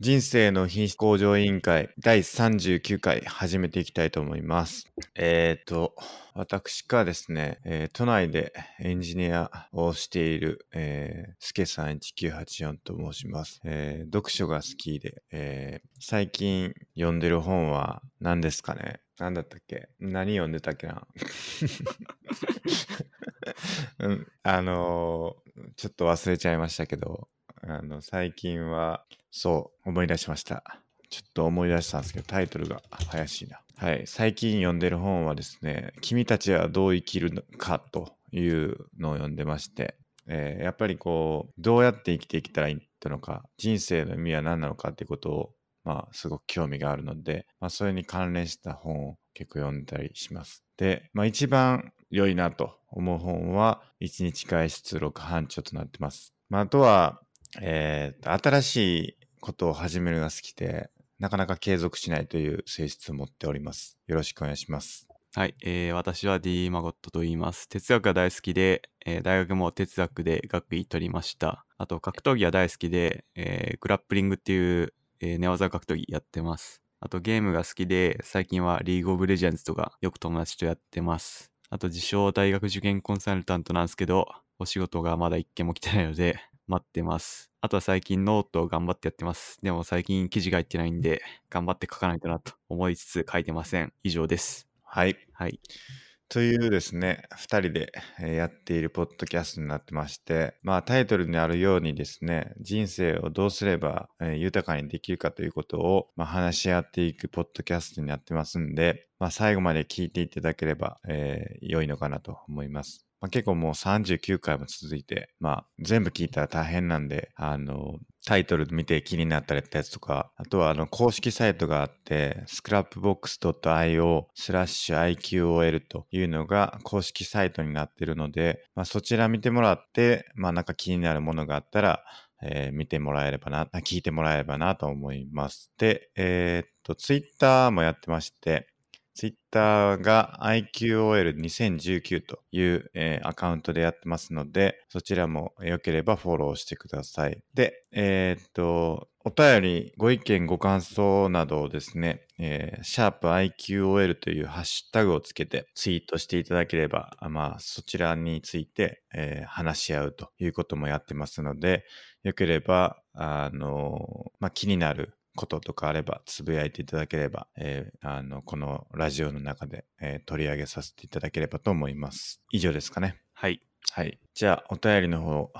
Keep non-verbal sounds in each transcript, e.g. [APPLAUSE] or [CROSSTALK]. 人生の品質向上委員会第39回始めていきたいと思います。えっ、ー、と、私がですね、えー都内でエンジニアをしている、えー、すけさん1984と申します。えー読書が好きで、えー最近読んでる本は何ですかね何だったっけ何読んでたっけな [LAUGHS] うん、あのーちょっと忘れちゃいましたけど、あの、最近は、そう、思い出しました。ちょっと思い出したんですけど、タイトルが怪しいな。はい、最近読んでる本はですね、君たちはどう生きるのかというのを読んでまして、えーやっぱりこう、どうやって生きていけたらいいのか、人生の意味は何なのかってことを、まあ、すごく興味があるので、まあ、それに関連した本を結構読んだりします。で、まあ、一番良いなと思う本は、1日外出6班長となってます。まあ、あとは、えーと新しいことを始めるのが好きで、なかなか継続しないという性質を持っております。よろしくお願いします。はい、えー私は D ・マゴットと言います。哲学が大好きで、えー大学も哲学で学位取りました。あと、格闘技は大好きで、えーグラップリングっていう、えー寝技格闘技やってます。あと、ゲームが好きで、最近はリーグ・オブ・レジェンズとかよく友達とやってます。あと、自称大学受験コンサルタントなんですけど、お仕事がまだ一件も来てないので、 [LAUGHS] 待ってます。あとは最近ノートを頑張ってやってます。でも最近記事が入ってないんで、頑張って書かないとなと思いつつ書いてません。以上です。はい。はい。というですね、二人でえーやっているポッドキャストになってまして、まあタイトルにあるようにですね、人生をどうすればえー豊かにできるかということを、まあ、話し合っていくポッドキャストになってますんで、まあ最後まで聞いていただければ、えー良いのかなと思います。まあ、結構もう39回も続いて、まあ全部聞いたら大変なんで、あの、タイトル見て気になったやつとか、あとはあの公式サイトがあって、scrapbox.io スラッシュ IQOL というのが公式サイトになってるので、まあ、そちら見てもらって、まあなんか気になるものがあったら、えー見てもらえればな、あ聞いてもらえればなと思います。で、えーっと、ツイッターもやってまして、ツイッターが IQOL2019 という、えーアカウントでやってますので、そちらもえーよければフォローしてください。で、えーっと、お便り、ご意見、ご感想などをですね、えー、シャープ i q o l というハッシュタグをつけてツイートしていただければ、あまあ、そちらについて、えー話し合うということもやってますので、よければ、あの、まあ、気になることとかあれば、つぶやいていただければ、えーあの、このラジオの中で、えー取り上げさせていただければと思います。以上ですかね。はい。はい。じゃあ、お便りの方、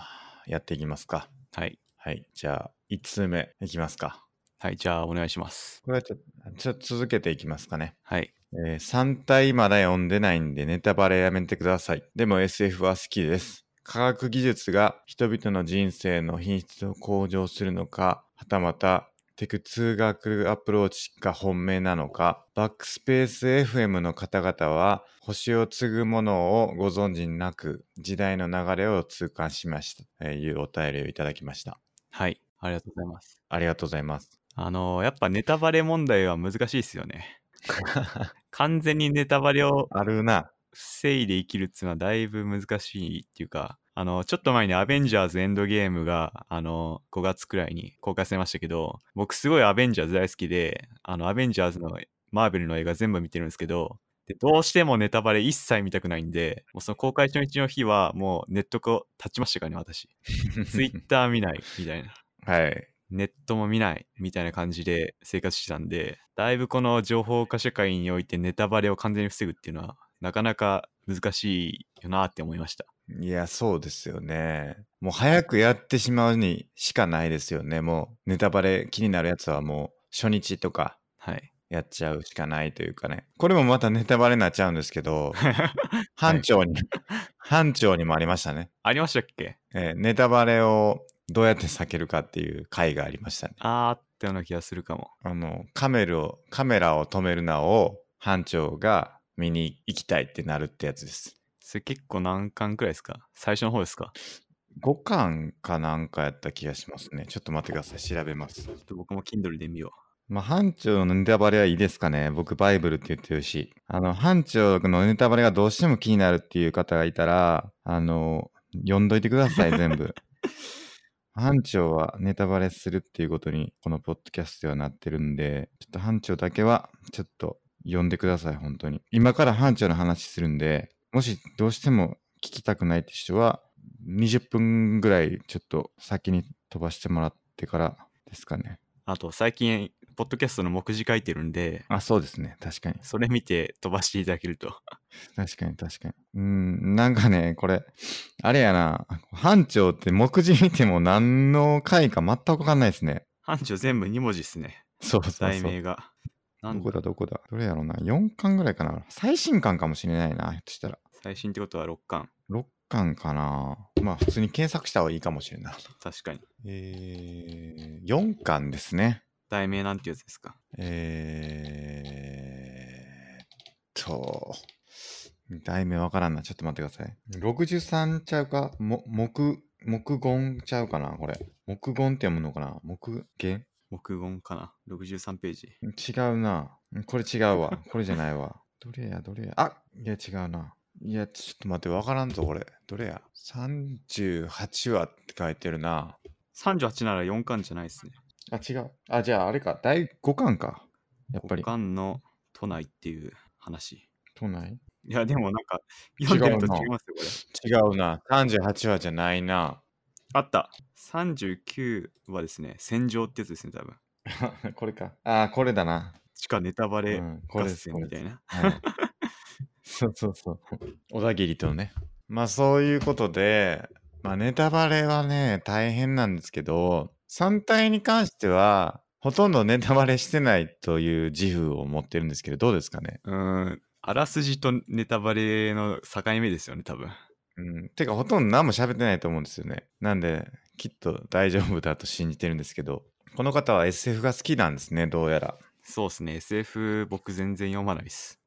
やっていきますか。はい。はい。じゃあ、1通目いきますか。はい。じゃあ、お願いします。これはちょちょっと続けていきますかね。はい。えー、3体まだ読んでないんでネタバレやめてください。でも SF は好きです。科学技術が人々の人生の品質を向上するのか、はたまたテク通学アプローチが本命なのか、バックスペース FM の方々は星を継ぐものをご存知なく、時代の流れを痛感しました。えーいうお便りをいただきました。はい。ありがとうございます。ありがとうございます。あのーやっぱネタバレ問題は難しいですよね。完全にネタバレをあるな。防いで生きるっていうのはだいぶ難しいっていうか、あの、ちょっと前にアベンジャーズエンドゲームが、あの、5月くらいに公開されましたけど、僕すごいアベンジャーズ大好きで、あの、アベンジャーズのマーベルの映画全部見てるんですけど、でどうしてもネタバレ一切見たくないんで、もうその公開初日の日はもうネットを立ちましたからね、私。ツイッター見ないみたいな。 [LAUGHS] はい。ネットも見ないみたいな感じで生活してたんで、だいぶこの情報化社会においてネタバレを完全に防ぐっていうのは、なかなか難しいよなって思いました。いや、そうですよね。もう早くやってしまうにしかないですよね。もうネタバレ気になるやつはもう初日とかはい。やっちゃうしかないというかね。これもまたネタバレになっちゃうんですけど、班長に、班長にもありましたね、ありましたっけえーネタバレをどうやって避けるかっていう回がありましたね。あーってような気がするかも。あの、カメラを、カメラを止めるなを班長が見に行きたいってなるってやつです。それ結構何巻くらいですか最初の方ですか5巻かなんかやった気がしますね。ちょっと待ってください。調べますちょ。っと僕も Kindle で見よまあ、班長のネタバレはいいですかね。僕、バイブルって言ってるし。あの、班長のネタバレがどうしても気になるっていう方がいたら、あの、読んどいてください、全部。班長はネタバレするっていうことに、このポッドキャストではなってるんで、ちょっと班長だけは、ちょっと呼んでください、本当に。今から班長の話するんで、もしどうしても聞きたくないって人は、20分ぐらいちょっと先に飛ばしてもらってからですかね。あと、最近、ポッドキャストの目次書いてるんで、あ、そうですね。確かに。それ見て飛ばしていただけると。確かに確かに。うーん、なんかね、これ、あれやな、班長って目次見ても何の回か全くわかんないですね。班長全部2文字っすね。そうそうそう。題名が。などんこだだどこだどれやろうな ?4 巻ぐらいかな最新巻かもしれないな、ひょっとしたら。最新ってことは6巻。 6巻かなまあ普通に検索した方がいいかもしれんない。確かに。えー、4巻ですね。題名なんてやつですか。えーっと、題名わからんな。ちょっと待ってください。63ちゃうかも、木、木言ちゃうかなこれ。木言って読むのかな木言目言かな。63ページ。違うな。これ違うわ。これじゃない [LAUGHS] わ。どれや、どれや。あいや、違うな。いや、ちょっと待って、わからんぞ、これ。どれや。38話って書いてるな。 38なら4巻じゃないですね。あ、違う。あ、じゃあ、あれか。第5巻か。やっぱ5り。巻の都内っていう話。都内いや、でもなんか、読んでると違うな違いますよ、これ。違うな。38話じゃないな。あった。39はですね、戦場ってやつですね、多分。 [LAUGHS] これか。あ、これだな。地下ネタバレうん、これ合です。戦これみでたすいはな。い、 [LAUGHS] そうそうそう。小田切とね。まあそういうことで、まあネタバレはね、大変なんですけど、3体に関しては、ほとんどネタバレしてないという自負を持ってるんですけど、どうですかね。うーん。あらすじとネタバレの境目ですよね、多分。うん。てか、ほとんど何も喋ってないと思うんですよね。なんで、きっと大丈夫だと信じてるんですけど、この方は SF が好きなんですね、どうやら。そうっすね、SF 僕全然読まないっす。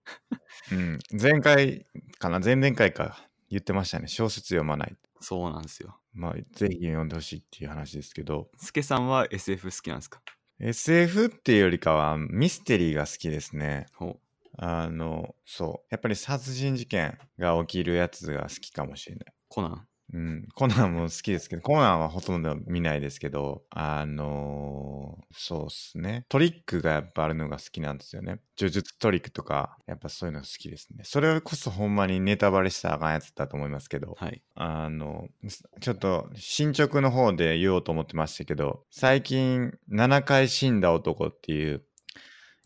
うん。前回かな前々回か言ってましたね。小説読まない。そうなんですよ。まあ、ぜひ読んでほしいっていう話ですけど、スケさんは SF 好きなんですか SF っていうよりかはミステリーが好きですね。ほあの、そう。やっぱり殺人事件が起きるやつが好きかもしれない。うコナン。うん、コナンも好きですけど、コナンはほとんど見ないですけど、あのーそうっすね。トリックがやっぱあるのが好きなんですよね。呪術トリックとか、やっぱそういうの好きですね。それこそほんまにネタバレしたらあかんやつだと思いますけど、はい。あの、すちょっと進捗の方で言おうと思ってましたけど、最近、7回死んだ男っていう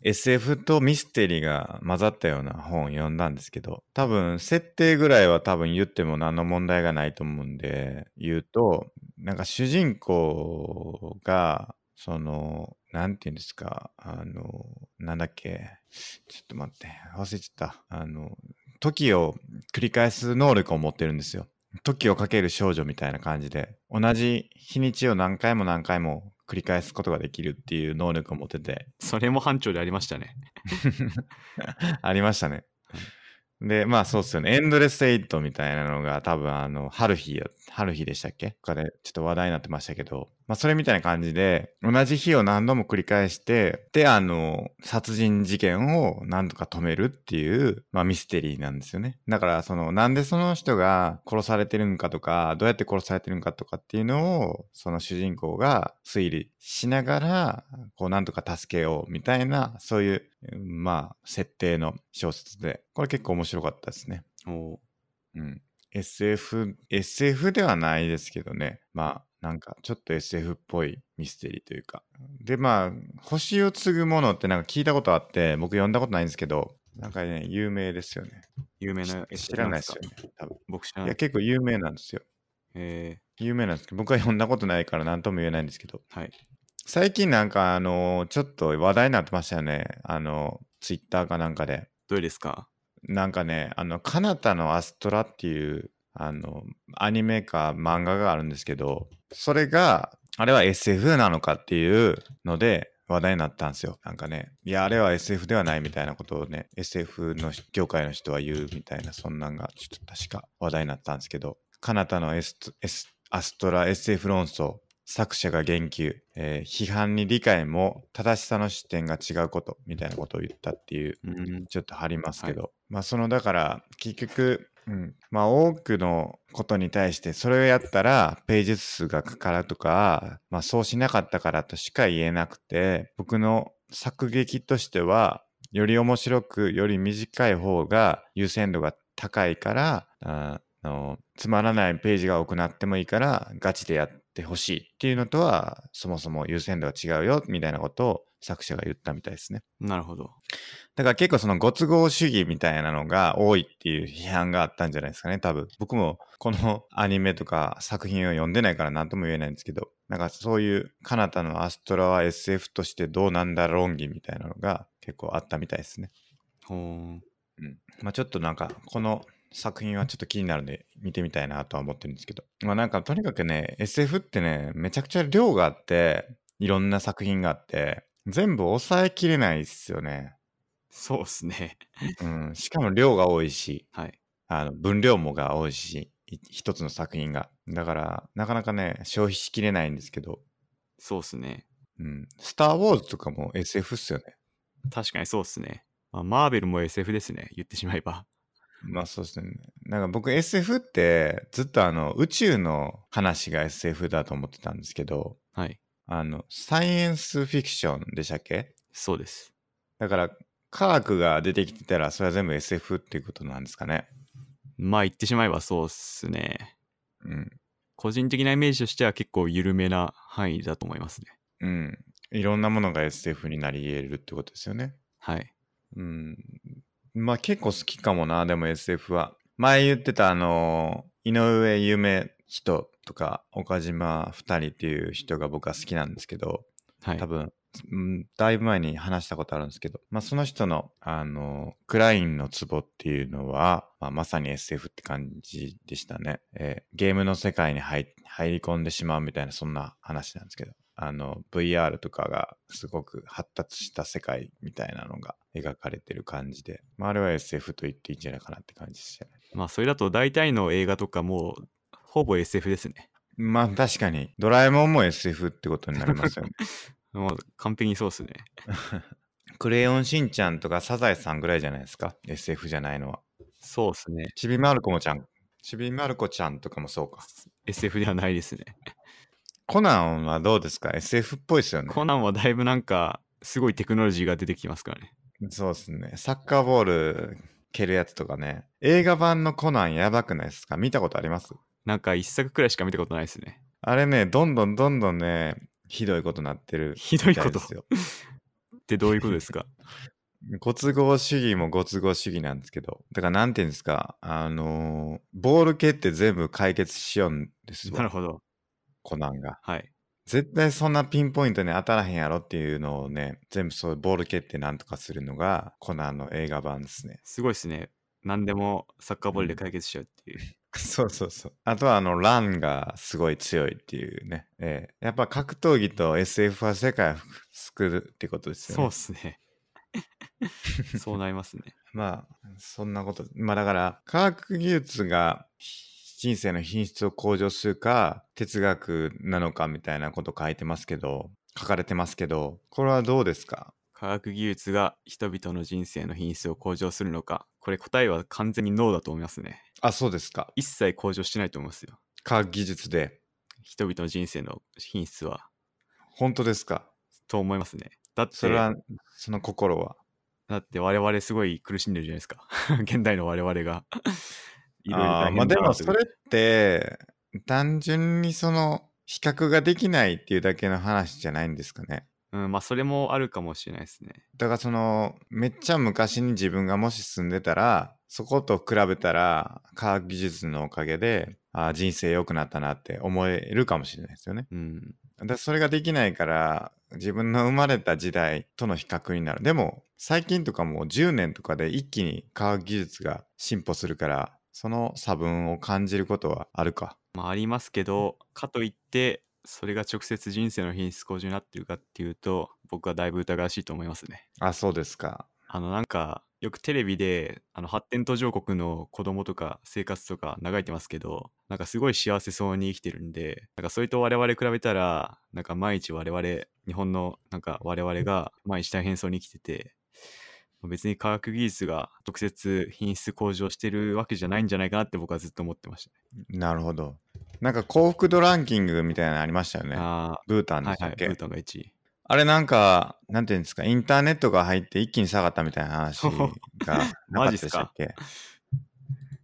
SF とミステリーが混ざったような本を読んだんですけど、多分、設定ぐらいは多分言っても何の問題がないと思うんで、言うと、なんか主人公が、その、なんて言うんですか、あの、なんだっけ、ちょっと待って、忘れちゃった。あの、時を繰り返す能力を持ってるんですよ。時をかける少女みたいな感じで同じ日にちを何回も何回も繰り返すことができるっていう能力を持ってて [LAUGHS] それも班長でありましたね。ありましたね。でまあそうっすよねエンドレスエイトみたいなのが多分あの春日や春日でしたっけとかでちょっと話題になってましたけどまあそれみたいな感じで同じ日を何度も繰り返してであの殺人事件を何とか止めるっていう、まあ、ミステリーなんですよねだからそのなんでその人が殺されてるんかとかどうやって殺されてるんかとかっていうのをその主人公が推理しながらこうなんとか助けようみたいなそういううんまあ設定の小説でこれ結構面白かったですねおうん。SF、SF ではないですけどね。まあ、なんかちょっと SF っぽいミステリーというか。で、まあ、星を継ぐものってなんか聞いたことあって、僕読んだことないんですけど、なんかね、有名ですよね。有名な知知らないですかよね、多分。僕知らいなや、い。結構有名なんですよ。え有名なんですけど、僕は読んだことないから何とも言えないんですけど、ー、はい。最近なんか、あのちょっと話題になってましたよね。あの、ツイッターかなんかで。どれですかなんかね、あの、かなたのアストラっていう、あの、アニメか漫画があるんですけど、それが、あれは SF なのかっていうので話題になったんですよ。なんかね、いや、あれは SF ではないみたいなことをね、SF の業界の人は言うみたいな、そんなんが、ちょっと確か話題になったんですけど、かなたのエストエスアストラ SF 論争、作者が言及、えー批判に理解も正しさの視点が違うことみたいなことを言ったっていううん。ちょっと貼りますけど、まあそのだから結局うんまあ、多くのことに対してそれをやったらページ数がかかるとか、まあ、そうしなかったからとしか言えなくて僕の作劇としてはより面白くより短い方が優先度が高いからああのつまらないページが多くなってもいいからガチでやってほしいっていうのとはそもそも優先度が違うよみたいなことを作者が言ったみたいですね。なるほど。だから結構そのご都合主義みたいなのが多いっていう批判があったんじゃないですかね、多分。僕もこのアニメとか作品を読んでないから何とも言えないんですけど、なんかそういうカナタのアストラは SF としてどうなんだ論議みたいなのが結構あったみたいですね。ほうん。まあちょっとなんかこの作品はちょっと気になるんで見てみたいなとは思ってるんですけど。まあなんかとにかくね、SF ってね、めちゃくちゃ量があって、いろんな作品があって、全部抑えきれないですよね。そうっすね。 [LAUGHS] うん、しかも量が多いし、はい。あの分量もが多いし、い一つの作品が。だから、なかなかね、消費しきれないんですけど、そうっすね。うん、スター・ウォーズとかも SF っすよね。確かにそうっすね。まあ、マーベルも SF ですね。言ってしまえば。まあそうですね。なんか僕 SF ってずっとあの宇宙の話が SF だと思ってたんですけど、はい。あの、サイエンスフィクションでしたっけそうです。だから、科学が出てきてたら、それは全部 SF っていうことなんですかね。まあ言ってしまえばそうっすね。うん。個人的なイメージとしては結構緩めな範囲だと思いますね。うん。いろんなものが SF になり得るってことですよね。はい。うん。まあ結構好きかもな、でも SF は。前言ってたあの、井上夢人とか岡島二人っていう人が僕は好きなんですけど、はい多。分、うんだいぶ前に話したことあるんですけど、まあ、その人の、あの、クラインの壺っていうのは、まあ、まさに SF って感じでしたね。えーゲームの世界に入入り込んでしまうみたいな、そんな話なんですけど、あの、VR とかがすごく発達した世界みたいなのが描かれてる感じで、まあ、あれは SF と言っていいんじゃないかなって感じでしたね。まあそれだと大体の映画とかもうほぼ SF ですね。まあ、確かに、ドラえもんも SF ってことになりますよ [LAUGHS] ね。もう完璧にそうっすね。クレヨンしんちゃんとかサザエさんぐらいじゃないですか SF じゃないのはそうっすね。ちびまる子もちゃんちびまる子ちゃんとかもそうか SF ではないですね。コナンはどうですか SF っぽいですよねコナンはだいぶなんかすごいテクノロジーが出てきますからね。そうですねサッカーボール蹴るやつとかね映画版のコナンやばくないですか見たことありますなんか一作くらいしか見たことないですね。あれねどんどんどんどんねひどいことになってるひどみいたこいでとっすよてどういうことで [LAUGHS] すかご都合主義もご都合主義なんですけどだからなんていうんですかあのーボール蹴って全部解決しようんですなるよほど。コナンがはい。。絶対そんなピンポイントに当たらへんやろっていうのをね、全部そういうボール蹴ってなんとかするのがコナンの映画版ですね [LAUGHS] すごいですね。何でもサッカーボールで解決しちゃうっていう。そうそうそう。あとはあの、ランがすごい強いっていうね。ええやっぱ格闘技と SF は世界を救うってことですよそうねっ。すね。 [LAUGHS] そうなりますね。まあ、そんなこと。まあだから、科学技術が人生の品質を向上するか、哲学なのかみたいなこと書いてますけど、書かれてますけど、これはどうですか科学技術が人々の人生の品質を向上するのか、これ答えは完全にノーだと思いますね。あ、そうですか。一切向上してないと思いますよ。科学技術で。人々の人生の品質は。本当ですかと思いますね。だって、それは、その心は。だって我々すごい苦しんでるじゃないですか。 [LAUGHS] 現代の我々 [LAUGHS] が。いろいろあ大ーまあ変だでなもとそれって、単純にその、比較ができないっていうだけの話じゃないんですかね。うん、まあそれもあるかもしれないですね。だからその、めっちゃ昔に自分がもし住んでたら、そこと比べたら、科学技術のおかげで、あー人生良くなったなって思えるかもしれないですよね。うん。だからそれができないから自分の生まれた時代との比較になるでも最近とかもう10年とかで一気に科学技術が進歩するからその差分を感じることはあるかまあありますけど、かといって、それが直接人生の品質向上になってるかっていうと、僕はだいぶ疑わしいと思いますね。あそうですかあのなんかよくテレビであの発展途上国の子供とか生活とか流れてますけどなんかすごい幸せそうに生きてるんでなんかそれと我々比べたらなんか毎日我々日本のなんか我々が毎日大変そうに生きてて別に科学技術が直接品質向上してるわけじゃないんじゃないかなって僕はずっと思ってましたね。なるほど。なんか幸福度ランキングみたいなのありましたよね。あブータあ、ンはでいしたはっい、け、ブータンが1位。あれなんか、なんていうんですか、インターネットが入って一気に下がったみたいな話が [LAUGHS] なかったでしたっけ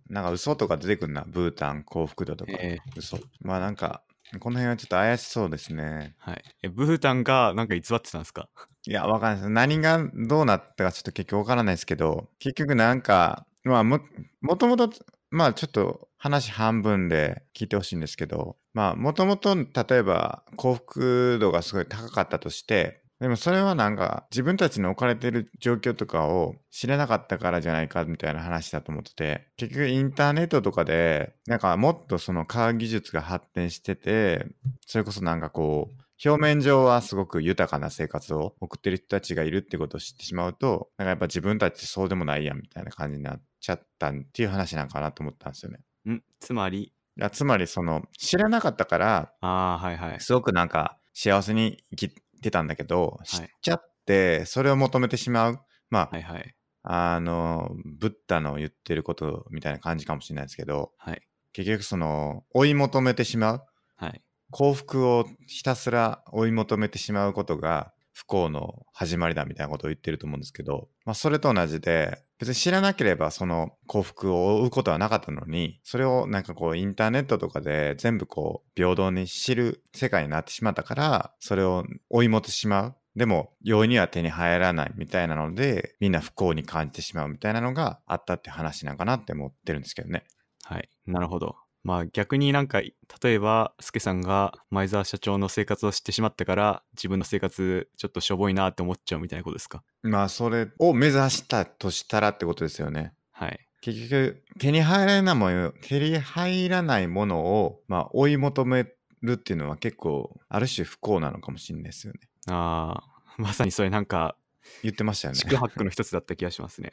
なんか嘘とか出てくるな、ブータン幸福度とか。えー嘘。まあなんか、この辺はちょっと怪しそうですね。はい、えブータンがなんか偽ってたんですかいや、わかんないです。何がどうなったかちょっと結局わからないですけど、結局なんか、まあも、もともと、まあちょっと話半分で聞いてほしいんですけど、まあもともと例えば幸福度がすごい高かったとして、でもそれはなんか自分たちの置かれてる状況とかを知らなかったからじゃないかみたいな話だと思ってて、結局インターネットとかで、なんかもっとその科学技術が発展してて、それこそなんかこう、表面上はすごく豊かな生活を送ってる人たちがいるってことを知ってしまうと、なんかやっぱ自分たちそうでもないやんみたいな感じになっちゃったっていう話なんかなと思ったんですよね。んつまり、いやつまりその知らなかったから、ああ、はいはい。すごくなんか幸せに生きてたんだけど、い知っちゃってそれを求めてしまう。まあ、はいはい。あの、ブッダの言ってることみたいな感じかもしれないですけど、はい。結局その追い求めてしまう。はい。幸福をひたすら追い求めてしまうことが不幸の始まりだみたいなことを言ってると思うんですけど、まあ、それと同じで別に知らなければその幸福を追うことはなかったのにそれをなんかこうインターネットとかで全部こう平等に知る世界になってしまったからそれを追い求めてしまう。でも容易には手に入らないみたいなのでみんな不幸に感じてしまうみたいなのがあったって話なんかなって思ってるんですけどね。はい。なるほど。まあ逆になんか、例えば、スケさんが前澤社長の生活を知ってしまったから、自分の生活ちょっとしょぼいなって思っちゃうみたいなことですかまあそれを目指したとしたらってことですよね。はい。結局手に入らないもの手に入らないものを、まあ、追い求めるっていうのは結構ある種不幸なのかもしれないですよね。ああ、 [LAUGHS] まさにそれなんか、言ってましたよ宿ね。泊の一つだった気がしますね。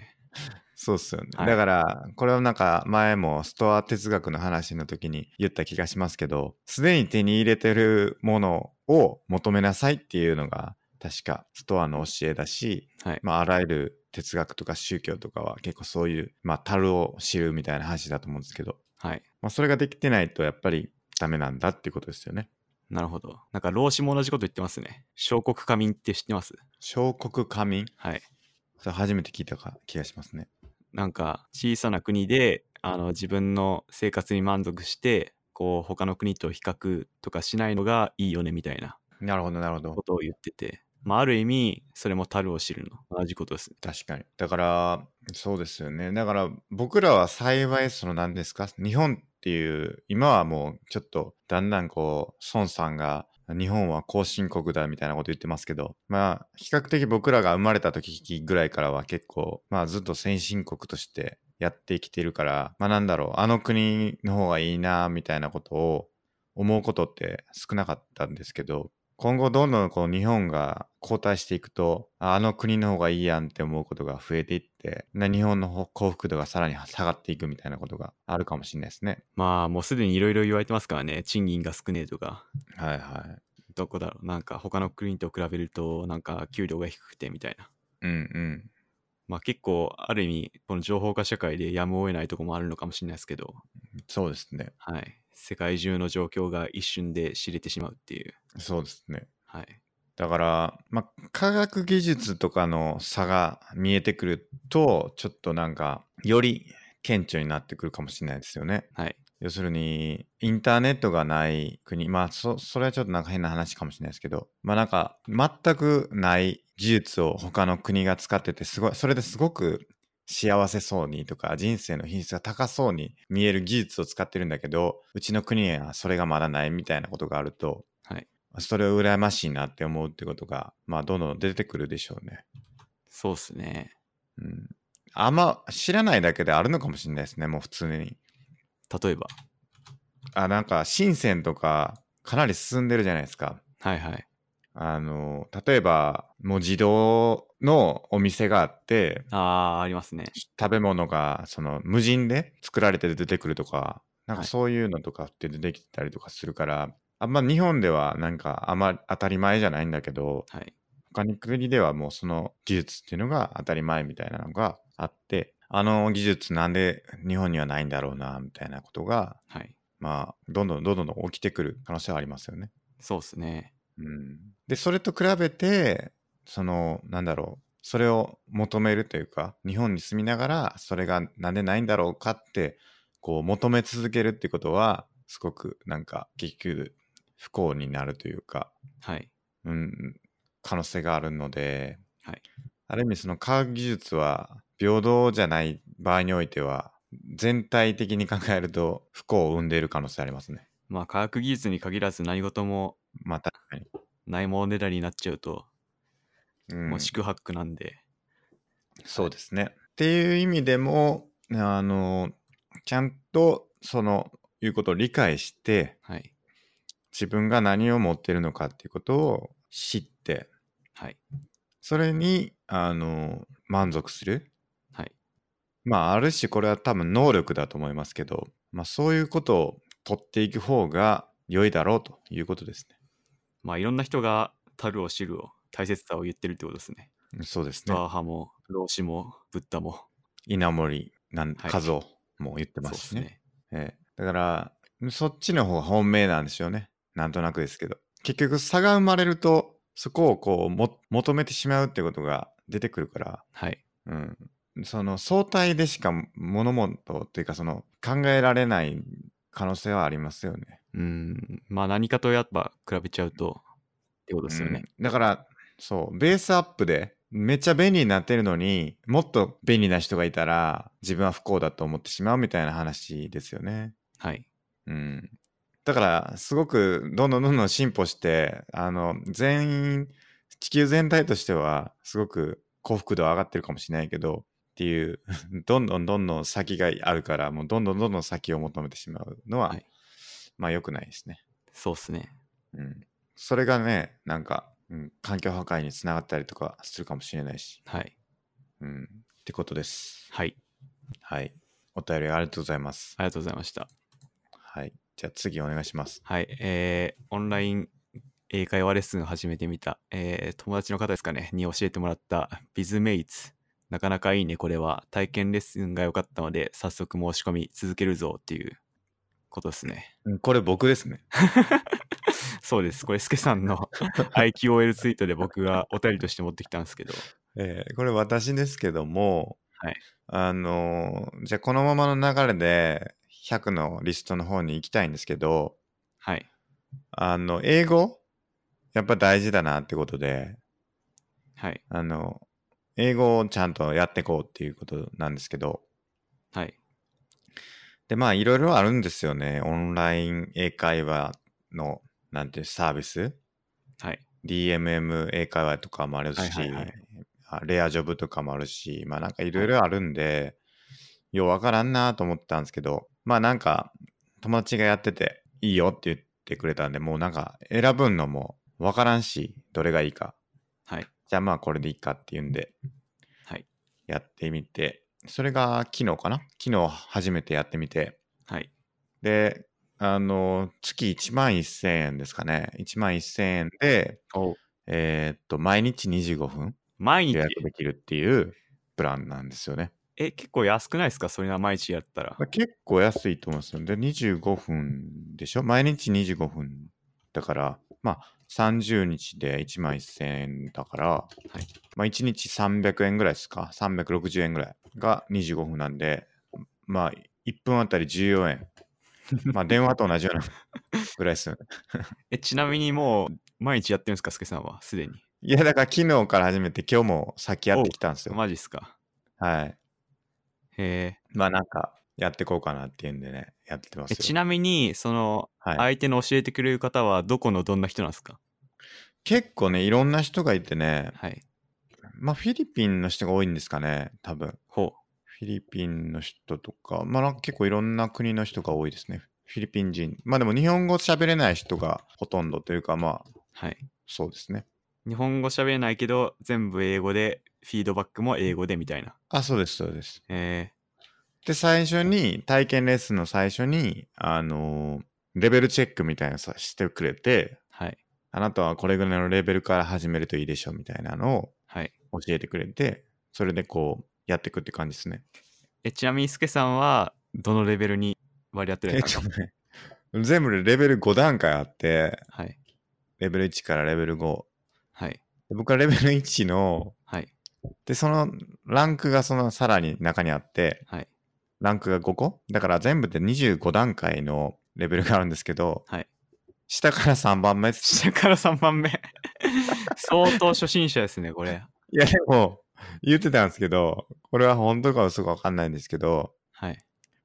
そうっすよね。はいだからこれはなんか前もストア哲学の話の時に言った気がしますけどすでに手に入れてるものを求めなさいっていうのが確かストアの教えだし、はいまあ、あらゆる哲学とか宗教とかは結構そういう、まあ、樽を知るみたいな話だと思うんですけどはい。まあ、それができてないとやっぱりダメなんだっていうことですよね。なるほど。なんか、老子も同じこと言ってますね。小国家民って知ってます小国家民はい。それ初めて聞いたか気がしますね。なんか小さな国であの自分の生活に満足してこう他の国と比較とかしないのがいいよねみたいななるほどなるほこど。とを言ってて、まあ、ある意味それも樽を知るの同じことですね確かに。だからそうですよね。だから僕らは幸いその何ですか日本っていう今はもうちょっとだんだんこう孫さんが日本は後進国だみたいなこと言ってますけどまあ比較的僕らが生まれた時ぐらいからは結構まあずっと先進国としてやってきてるからまあなんだろうあの国の方がいいなみたいなことを思うことって少なかったんですけど今後どんどんこう日本が後退していくとああの国の方がいいやんって思うことが増えていってな日本の方幸福度がさらに下がっていくみたいなことがあるかもしれないですね。まあもうすでにいろいろ言われてますからね賃金が少ねえとかはいはい。どこだろうなんか他の国と比べるとなんか給料が低くてみたいなうんうん。まあ結構ある意味この情報化社会でやむを得ないとこもあるのかもしれないですけどそうですね。はい世界中の状況が一瞬で知れてしまうっていうそうですね。はいだから、まあ、科学技術とかの差が見えてくるとちょっとなんかより顕著になってくるかもしれないですよね。はい要するにインターネットがない国まあそそれはちょっとなんか変な話かもしれないですけどまあなんか全くない技術を他の国が使っててすごいそれですごく幸せそうにとか人生の品質が高そうに見える技術を使ってるんだけどうちの国にはそれがまだないみたいなことがあると、はいそれを羨ましいなって思うってことがまあどんどん出てくるでしょうね。そうっすねうん、あんま知らないだけであるのかもしれないですねもう普通に。例えばあなんか深センとかかなり進んでるじゃないですか。はいはいあの例えばもう自動のお店があってああありますね食べ物がその無人で作られて出てくるとかなんかはいそういうのとかって出てきたりとかするから、あんま日本ではなんかあんま当たり前じゃないんだけどはい他の国ではもうその技術っていうのが当たり前みたいなのがあって、あの技術なんで日本にはないんだろうな、みたいなことが、はい。まあ、どんどんどんどんどん起きてくる可能性はありますよね。そうですね。うん。で、それと比べて、その、なんだろう、それを求めるというか、日本に住みながら、それがなんでないんだろうかって、こう、求め続けるってことは、すごく、なんか、結局、不幸になるというか、はい。うん、可能性があるので、はいある意味その科学技術は平等じゃない場合においては全体的に考えると不幸を生んでいる可能性ありますね。まあ科学技術に限らず何事もまあ確かに。ないものねだりになっちゃうと、うんもう宿泊なんで、そうですね。っていう意味でもあのちゃんとそのいうことを理解してはい。自分が何を持ってるのかっていうことを知ってはい。それにあの満足するはい。まあ、ある種これは多分能力だと思いますけど、まあ、そういうことを取っていく方が良いだろうということですまあいろんな人が樽を知るを大切さを言ってるってことですね。ね。そうですストアね。派も、老子も、ブッダも。稲森なん、はい和夫も言ってそうまですしすね。ね。ええ、だから、そっちの方が本命なんでしょうね。なんとなくですけど。結局差が生まれると、そこをこうも求めてしまうってことが出てくるから、はい。うん、その相対でしか物事っていうかその考えられない可能性はありますよね。うん。まあ何かとやっぱ比べちゃうと、ってことですよね。うんだからそうベースアップでめっちゃ便利になってるのにもっと便利な人がいたら自分は不幸だと思ってしまうみたいな話ですよね。はい。うん、だからすごくどんどんどんどん進歩してあの全員地球全体としてはすごく幸福度は上がってるかもしれないけどっていう [LAUGHS] どんどんどんどん先があるからもうどんどんどんどん先を求めてしまうのは、はいまあ良くないですね。そうですね。うん、それがねなんか、うん、環境破壊につながったりとかするかもしれないし、はい。うん、ってことですはい。はいお便りありがとうございますありがとうございました。はいじゃあ次お願いしますはい。えー、オンライン英会話レッスンを始めてみた、えー、友達の方ですかね、に教えてもらったビズメイツ。なかなかいいね、これは。体験レッスンが良かったので、早速申し込み続けるぞっていうことですね。 [LAUGHS] うんこれ僕ですねそうです。これ、スケさん [LAUGHS] の IQOL ツイートで僕がお便りとして持ってきたんですけど。えーこれ私ですけども、はいあのーじゃあこのままの流れで100のリストの方に行きたいんですけどはい。あの英語やっぱ大事だなってことではい。あの英語をちゃんとやっていこうっていうことなんですけどはい。で、まあ、いろいろあるんですよね。オンライン英会話の、なんていうサービス。はい。 DMM 英会話とかもあるし、はいはいはいあレアジョブとかもあるし、まあ、なんかいろいろあるんで、ようわからんなと思ってたんですけど、まあ、なんか、友達がやってて、いいよって言ってくれたんで、もうなんか、選ぶのもわからんし、どれがいいか。はい。じゃあまあ、これでいいかっていうんで、はい。やってみて、それが昨日かな昨日初めてやってみて、はい。で、あの、月1万1000円ですかね。1万1000円で、おえーっと、毎日25分毎日予、約できるっていうプランなんですよね。え、結構安くないですかそれは毎日やったら。結構安いと思うんですよ。で、25分でしょ毎日25分だから、まあ、30日で1万1000円だから、いまあ、1日300円ぐらいですか ?360 円ぐらいが25分なんで、まあ、1分あたり14円。まあ、電話と同じようなぐらいですよねえ、ちなみにもう、毎日やってるんですかスケさんは、すでに。いや、だから昨日から始めて、今日も先やってきたんですよ。マジっすかはい。へまあなんか、やってこうかなっていうんでね、やってまえ。えすちよ。なみに、その、はい、相手の教えてくれる方は、どこのどんな人なんですか結構ね、いろんな人がいてね、はい。まあフィリピンの人が多いんですかね、多分。ほフィリピンの人とか、まあなんか結構いろんな国の人が多いですね。フィリピン人。まあでも日本語喋れない人がほとんどというか、まあう。はい。そうですね。日本語喋れないけど、全部英語で、フィードバックも英語でみたいな。あ、そうです、そうです。えで、最初に、体験レッスンの最初に、あのーレベルチェックみたいなのさしてくれて、はい。あなたはこれぐらいのレベルから始めるといいでしょうみたいなのはい。を教えてくれて、それでこうやっていくって感じですね。え、ちなみに、すけさんは、どのレベルに割り当てらえれったとのね、全部でレベル5段階あって、はい。レベル1からレベル5。はい。で僕はレベル1の、はい。で、そのランクがそのさらに中にあって、はい。ランクが5個だから全部で25段階のレベルがあるんですけど、はい下から3番目っつって下から3番目。相当初心者ですね、これ。いやでも言ってたんですけど、これは本当か嘘かわかんないんですけど、はい。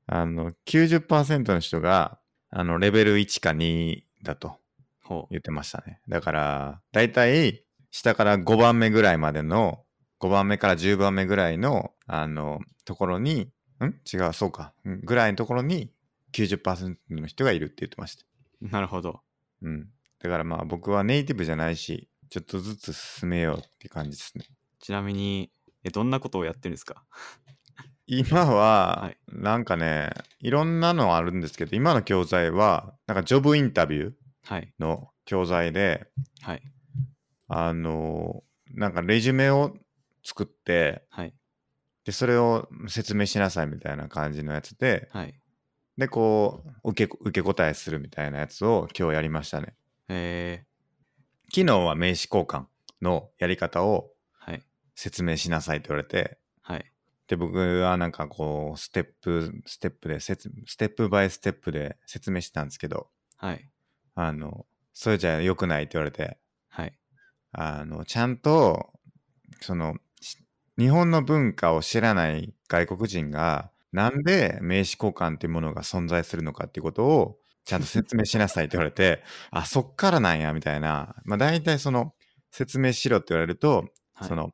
あの90%の人があのレベル1か2だとほう。言ってましたね。だから大体下から5番目ぐらいまでの5番目から10番目ぐらいのあのところに、ん違う、そうか、うんぐらいのところに90%の人がいるって言ってました。なるほど。うん。だからまあ僕はネイティブじゃないし、ちょっとずつ進めようって感じですね。ちなみに、え、どんなことをやってるんですか今は、はいなんかね、いろんなのあるんですけど、今の教材は、なんかジョブインタビューはい。の教材で、はい。あの、なんかレジュメを作って、はい。で、それを説明しなさいみたいな感じのやつで、はい。で、こう、受け、受け答えするみたいなやつを今日やりましたね。え昨日は名刺交換のやり方をー、はい。説明しなさいって言われて、はい。で、僕はなんかこう、ステップ、ステップで説、ステップバイステップで説明してたんですけど、はい。あの、それじゃ良くないって言われて、はい。あの、ちゃんと、その、し日本の文化を知らない外国人が、なんで名刺交換っていうものが存在するのかっていうことを、ちゃんと説明しなさいって言われ [LAUGHS] て、あ、そっからなんや、みたいな。まあ大体その、説明しろって言われると、はいその、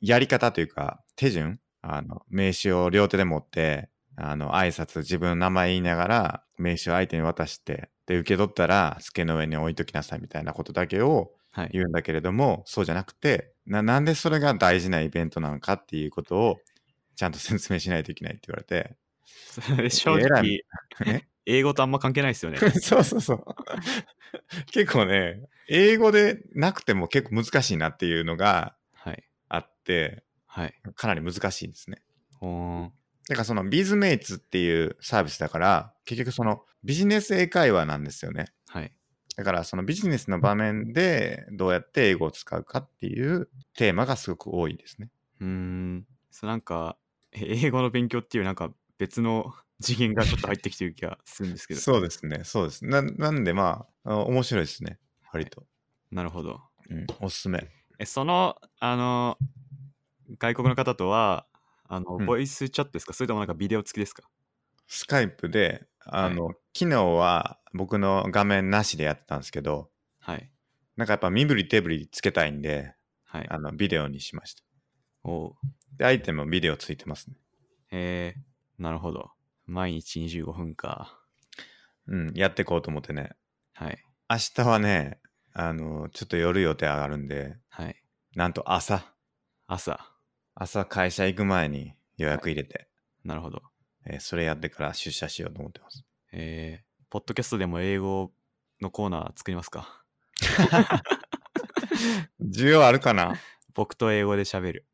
やり方というか、手順、あの、名刺を両手で持って、あの、挨拶、自分の名前言いながら、名刺を相手に渡して、で、受け取ったら、机の上に置いときなさいみたいなことだけをはい。言うんだけれども、そうじゃなくて、な、なんでそれが大事なイベントなのかっていうことを、ちゃんと説明しないといけないって言われて、それ [LAUGHS] 正えら直い、え英語とあんま関係ない [LAUGHS] ですよね。 [LAUGHS] そうそうそう。結構ね、英語でなくても結構難しいなっていうのがはい。あって、はい。かなり難しいんですね。ほーん。だからそのビズメイツっていうサービスだから、結局そのビジネス英会話なんですよね。はい。だからそのビジネスの場面でどうやって英語を使うかっていうテーマがすごく多いですね。うーん。そうなんか、え英語の勉強っていうなんか別の [LAUGHS] 次元がちょっと入ってきてる気がするんですけど。そうですね、そうです。ななんでまああの、面白いですね、割と。なるほど。うん、おすすめ。え、その、あの、外国の方とは、あの、うんボイスチャットですかそれともなんかビデオ付きですかスカイプで、あの、昨日は僕の画面なしでやってたんですけど、はい。なんかやっぱ身振り手振りつけたいんで、はい。あの、ビデオにしました。おう。で、相手もビデオついてますね。えー、なるほど。毎日25分か。うん、やっていこうと思ってね。はい。明日はね、あの、ちょっと夜予定上がるんで、はい。なんと朝、朝。朝会社行く前に予約入れて、なるほど。えーそれやってから出社しようと思ってます。えー、ポッドキャストでも英語のコーナー作りますか [LAUGHS] 需要あるかな僕と英語で喋る。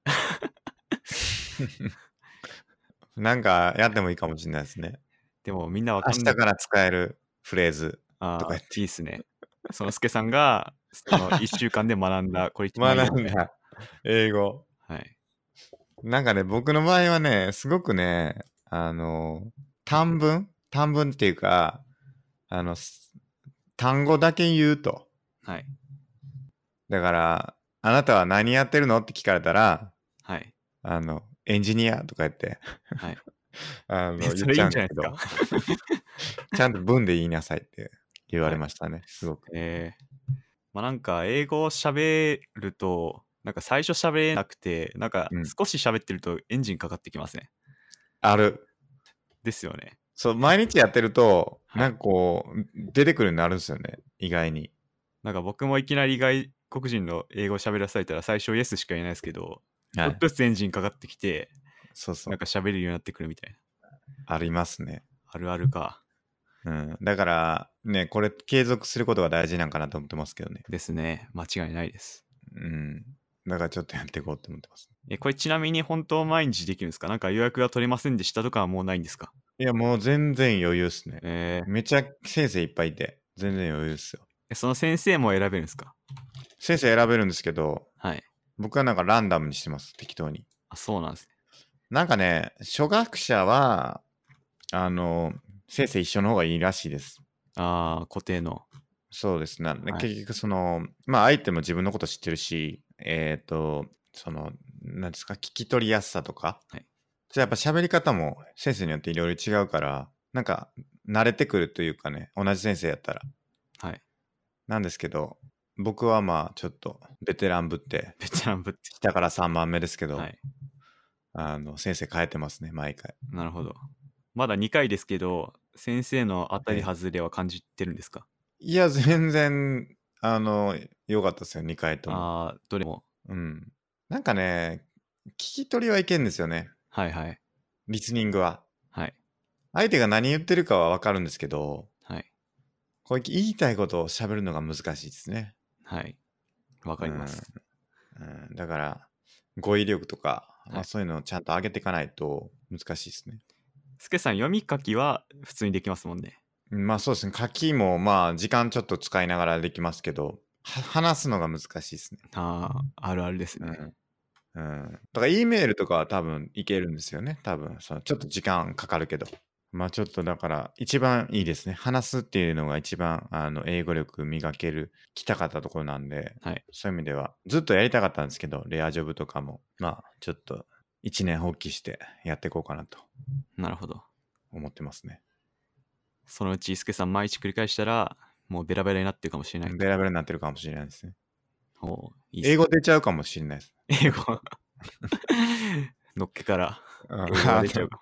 なんかやってもいいかもしれないですね。でもみんなわか明ん日ない。から使えるフレーズ。あとか言あっー、いいっすね。そのすけさんが、そ [LAUGHS] の1週間で学んだ、これ一番いい学んよねだ。英語。はい。なんかね、僕の場合はね、すごくね、あの、短文短文っていうか、あの、す単語だけ言うと。はい。だから、あなたは何やってるのって聞かれたら、はい。あの、エンジニアとか言って、はい。 [LAUGHS] あの、言っそれいちいゃんうんじゃでなすいけですかど、。ちゃんと文で言いなさいって言われましたね、すごく。えーまあなんか英語を喋ると、なんか最初喋れなくて、なんかうん少し喋ってるとエンジンかかってきますね。ある。ですよね。そう、毎日やってると、はいなんかこう、出てくるようになるんですよね、意外に。なんか僕もいきなり外国人の英語を喋らされたら最初イエスしか言えないですけど、はちょっい。とずつエンジンかかってきて、そうそなんう。か喋れるようになってくるみたいな。ありますね。あるあるか。うん、だから、ね、これ継続することが大事なんかなと思ってますけどね。ですね。間違いないです。うん。だからちょっとやっていこうと思ってます。え、これちなみに本当毎日できるんですかなんか予約が取れませんでしたとかはもうないんですかいや、もう全然余裕っすね。えーめちゃ先生いっぱいいて、全然余裕っすよ。え、その先生も選べるんですか先生選べるんですけど、はい。僕はなんかランダムにしてます、適当に。あ、そうなんですね。なんかね、初学者は、あの、先生一緒の方がいいらしいです。ああ、固定の。そうですね。はい結局、その、まあ、相手も自分のこと知ってるし、えっ、と、その、なんですか、聞き取りやすさとか、はいじゃあやっぱ喋り方も先生によっていろいろ違うから、なんか、慣れてくるというかね、同じ先生やったら。はい。なんですけど、僕はまあ、ちょっと、ベテランぶって、ベテランぶって。下から3番目ですけど、はい。あの、先生変えてますね、毎回。なるほど。まだ2回ですけど、先生の当たりええ外れは感じてるんですかいや、全然、あの、良かったですよ、2回とも。ああ、どれも。うん。なんかね、聞き取りはいけんですよね、はいはい。リスニングは。はい。相手が何言ってるかは分かるんですけど、はい。こう言いたいことを喋るのが難しいですね。はい。わかります。うん、うんだから、語彙力とか、まはあ、いそういうのをちゃんと上げていかないと難しいですね。すけさん、読み書きは普通にできますもんね。うんまあそうですね、書きもまあ時間ちょっと使いながらできますけど、は話すのが難しいですね。ああ、あるあるですね。うん。うん、だから、E メールとかは多分いけるんですよね。多分そのちょっと時間かかるけど。まあちょっとだから、一番いいですね。話すっていうのが一番、あの、英語力磨ける、きたかったところなんで、はいそういう意味では、ずっとやりたかったんですけど、レアジョブとかも、まあちょっと、一年放棄してやっていこうかなとなるほど。思ってますね。そのうち、すけさん、毎日繰り返したら、もうベラベラになってるかもしれない。ベラベラになってるかもしれないですね。おーいいっすね英語出ちゃうかもしれないです。英語。のっけから。あ [LAUGHS] 英語が出ちゃうか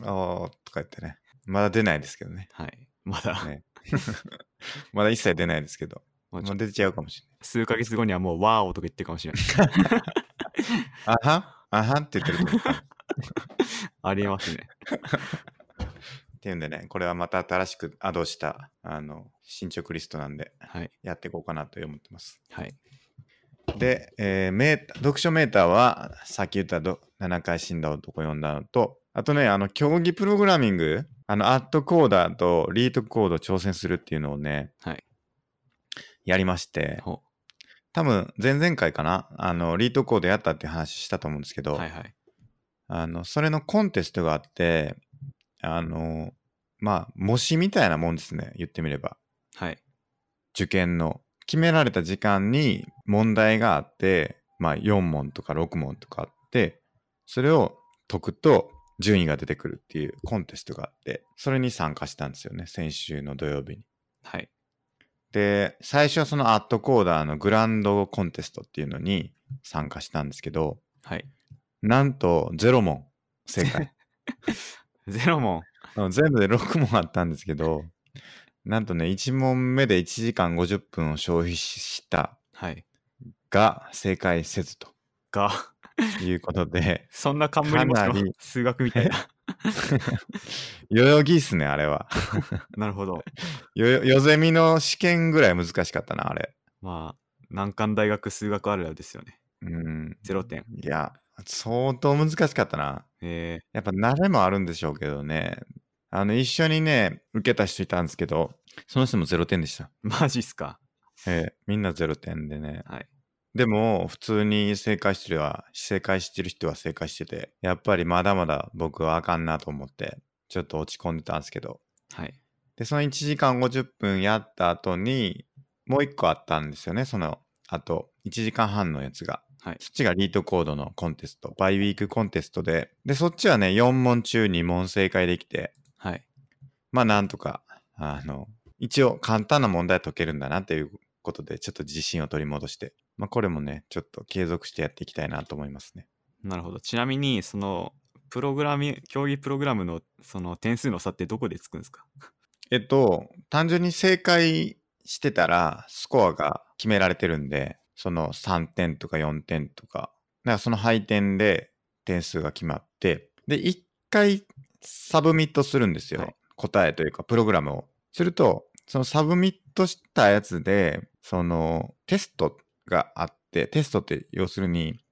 あーとか言ってね。まだ出ないですけどね。はい。まだ、ねまだ一切出ないですけど。もうちまょあ、っと出ちゃうかもし数ヶ月後にはもう、ワーオとか言ってるかもしれない。れない。あはんあはんって言ってると思うっありえますね。ていうんでね、これはまた新しくアドしたあの進捗リストなんで、はい。やっていこうかなと思ってます。はい。で、えーメーター読書メーターは、さっき言ったど7回死んだ男読んだのと、あとね、あの、競技プログラミング、あの、アットコーダーとリートコード挑戦するっていうのをね、はいやりまして、ほ多分、前々回かな、あの、リートコードやったって話したと思うんですけど、はいはい。あの、それのコンテストがあって、あの、まあ、模試みたいなもんですね、言ってみれば。はい。受験の。決められた時間に問題があって、まあ、4問とか6問とかあって、それを解くと順位が出てくるっていうコンテストがあって、それに参加したんですよね、先週の土曜日に。はい。で、最初はそのアットコーダーのグランドコンテストっていうのに参加したんですけど、はい。なんと0問正解。ゼロ問。あの全部で6問あったんですけど、なんとね、1問目で1時間50分を消費ししたはい。が正解せずとが、、いうことでそんな冠もかなり数学みたいな。代々木っすね、あれは。なるほど。よよゼミの試験ぐらい難しかったな、あれ。まあ、難関大学数学あるあるですよね。うん。ゼロ点。いや、相当難しかったな。えやっぱ慣れもあるんでしょうけどね。あの、一緒にね、受けた人いたんですけど、その人も0点でした。ー、マジっすか。ええみんな0点でね。はい。でも、普通に正解してるは、正解してる人は正解してて、やっぱりまだまだ僕はあかんなと思って、ちょっと落ち込んでたんですけど、はい。で、その1時間50分やった後に、もう1個あったんですよね、その、あと、1時間半のやつが。はいそっちがリートコードのコンテスト、バイウィークコンテストで、で、そっちはね、4問中2問正解できて、はい。まあ、なんとか、あの、一応簡単な問題は解けるんだなということで、ちょっと自信を取り戻して、まあ、これもね、ちょっと継続してやっていきたいなと思いますね。なるほど。ちなみに、その、プログラミ、競技プログラムのその点数の差ってどこでつくんですかえっと、単純に正解してたら、スコアが決められてるんで、その3点とか4点とか、なんかその配点で点数が決まって、で、1回サブミットするんですよ。はい答えというか、プログラムを。すると、そのサブミットしたやつで、そのテストがあって、テストって要するに、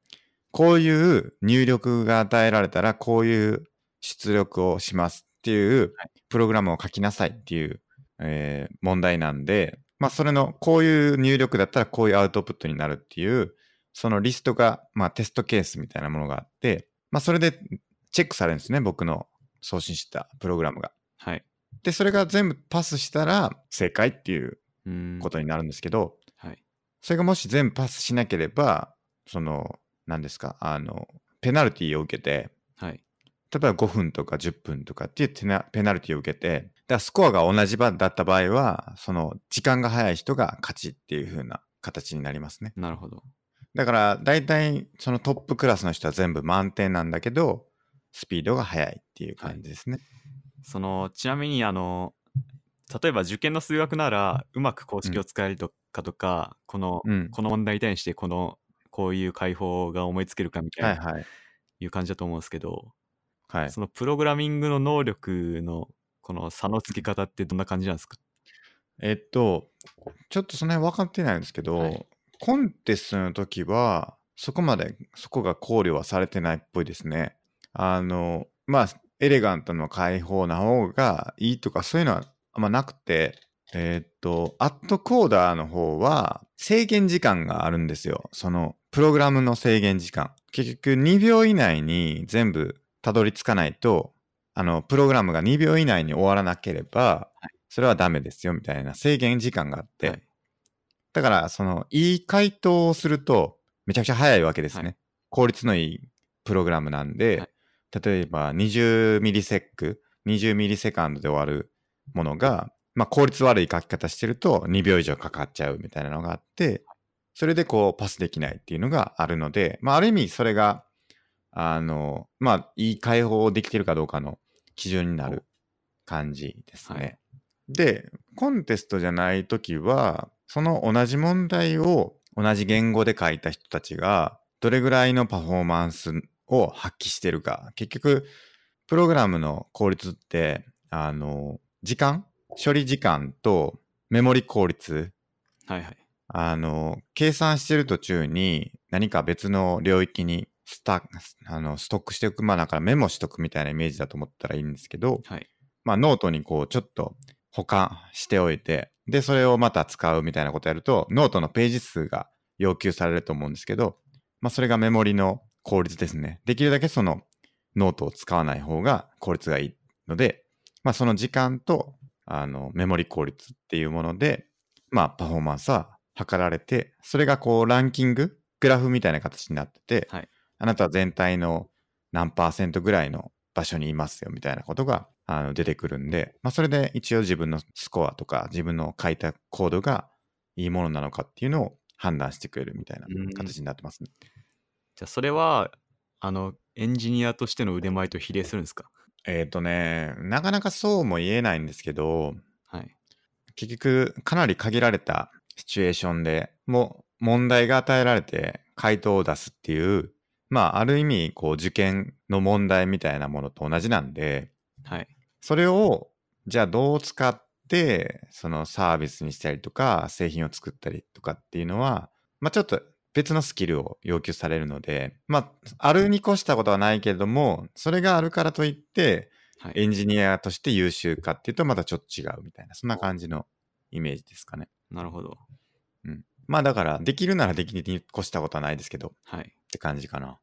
こういう入力が与えられたら、こういう出力をしますっていうプログラムを書きなさいっていう、えー問題なんで、まあ、それのこういう入力だったらこういうアウトプットになるっていう、そのリストが、まあ、テストケースみたいなものがあって、まあ、それでチェックされるんですね、僕の送信したプログラムが。はい。で、それが全部パスしたら正解っていううーんことになるんですけど、はい。それがもし全部パスしなければ、その、何ですか、あの、ペナルティを受けて、はい。例えば5分とか10分とかっていうテナペナルティを受けて、だからスコアが同じ番だった場合は、その時間が早い人が勝ちっていう風な形になりますね。なるほど。だから大体そのトップクラスの人は全部満点なんだけど、スピードが速いっていう感じですね。その、ちなみに、あの、例えば受験の数学なら、うまく公式を使えるとかとか、この、うん。この問題に対して、この、こういう解法が思いつけるかみたはいいな、はい。いう感じだと思うんですけど、はい。そのプログラミングの能力の、この差のつけ方ってどんな感じなんですかえっと、ちょっとその辺分かってないんですけど、はいコンテストの時は、そこまで、そこが考慮はされてないっぽいですね。あの、まあ、エレガントの解放な方がいいとか、そういうのはあんまなくて、えっと、アットコーダーの方は制限時間があるんですよ。その、プログラムの制限時間。結局2秒以内に全部たどり着かないと、あの、プログラムが2秒以内に終わらなければ、それはダメですよみたいな制限時間があって、はいだからそのいい回答をするとめちゃくちゃ早いわけですね、は効率のいいプログラムなんで、はい例えば20ミリセック20ミリセカンドで終わるものが、まあ、効率悪い書き方してると2秒以上かかっちゃうみたいなのがあってそれでこうパスできないっていうのがあるので、まあ、ある意味それがあのまあいい解放できてるかどうかの基準になる感じですね。はいで、コンテストじゃないときは、その同じ問題を同じ言語で書いた人たちが、どれぐらいのパフォーマンスを発揮してるか。結局、プログラムの効率って、あの、時間処理時間とメモリ効率。はいはい。あの、計算してる途中に何か別の領域にスタあのストックしておく。まあだからメモしとくみたいなイメージだと思ったらいいんですけど、はい。まあ、ノートにこうちょっと保管しておいて、で、それをまた使うみたいなことやると、ノートのページ数が要求されると思うんですけど、まあ、それがメモリの効率ですね。できるだけそのノートを使わない方が効率がいいので、まあ、その時間とあのメモリ効率っていうもので、まあ、パフォーマンスは測られて、それがこうランキング、グラフみたいな形になってて、はいあなたは全体の何パーセントぐらいの場所にいますよみたいなことがあの出てくるんで、まあ、それで一応自分のスコアとか自分の書いたコードがいいものなのかっていうのを判断してくれるみたいなうん形になってますね。じゃあ、それは、あの、エンジニアとしての腕前と比例するんですか [LAUGHS] えっ、とねなかなかそうも言えないんですけどはい。結局かなり限られたシチュエーションでもう問題が与えられて回答を出すっていうまあある意味こう受験の問題みたいなものと同じなんで、はい。それを、じゃあどう使って、そのサービスにしたりとか、製品を作ったりとかっていうのは、まあちょっと別のスキルを要求されるので、まあ、あるに越したことはないけれども、それがあるからといって、はい。エンジニアとして優秀かっていうとまたちょっと違うみたいな、そんな感じのイメージですかね。なるほど。まあだから、できるならできるに越したことはないですけど、っはい。て感じかな。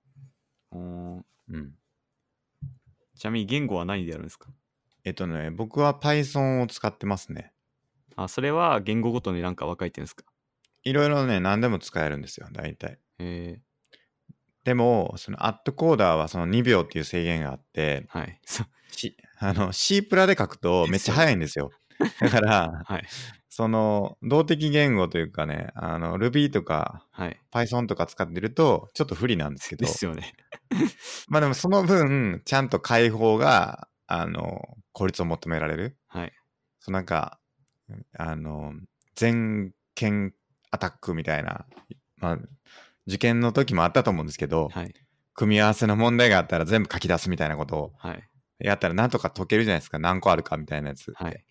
おーうん。ちなみに言語は何でやるんですかえっとね、僕は Python を使ってますね。あ、それは言語ごとになんか分かれてるんですかいろいろね、何でも使えるんですよ、大体。えでも、そのアットコーダーはその2秒っていう制限があって、ー、はい。そ [LAUGHS] しあの C プラで書くとめっちゃ早いんです [LAUGHS] よ。だから、はい。その動的言語というかね、あの Ruby とかはい。 Python とか使ってるとちょっと不利なんですけどで、すよね。まあでもその分、ちゃんと解放が、あの、効率を求められる。はい。そうなんか、あの、全権アタックみたいな、まあ、受験の時もあったと思うんですけど、はい。組み合わせの問題があったら全部書き出すみたいなことを [LAUGHS] はい。やったらなんとか解けるじゃないですか。何個あるかみたいなやつ。はい。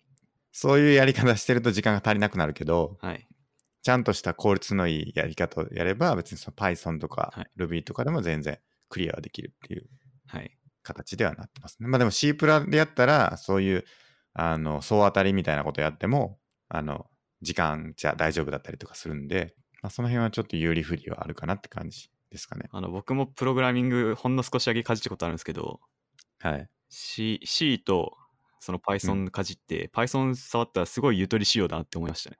そういうやり方してると時間が足りなくなるけど、はい。ちゃんとした効率のいいやり方をやれば、別にその Python とかはい Ruby とかでも全然クリアできるっていうはい。形ではなってますね。まあでも C プラでやったら、そういう、あの、総当たりみたいなことやっても、あの、時間じゃ大丈夫だったりとかするんで、まあその辺はちょっと有利不利はあるかなって感じですかね。あの、僕もプログラミングほんの少しだけかじったことあるんですけど、はい。 C, C とその Python かじって、Python 触ったらすごいゆとり仕様だなって思いましたね。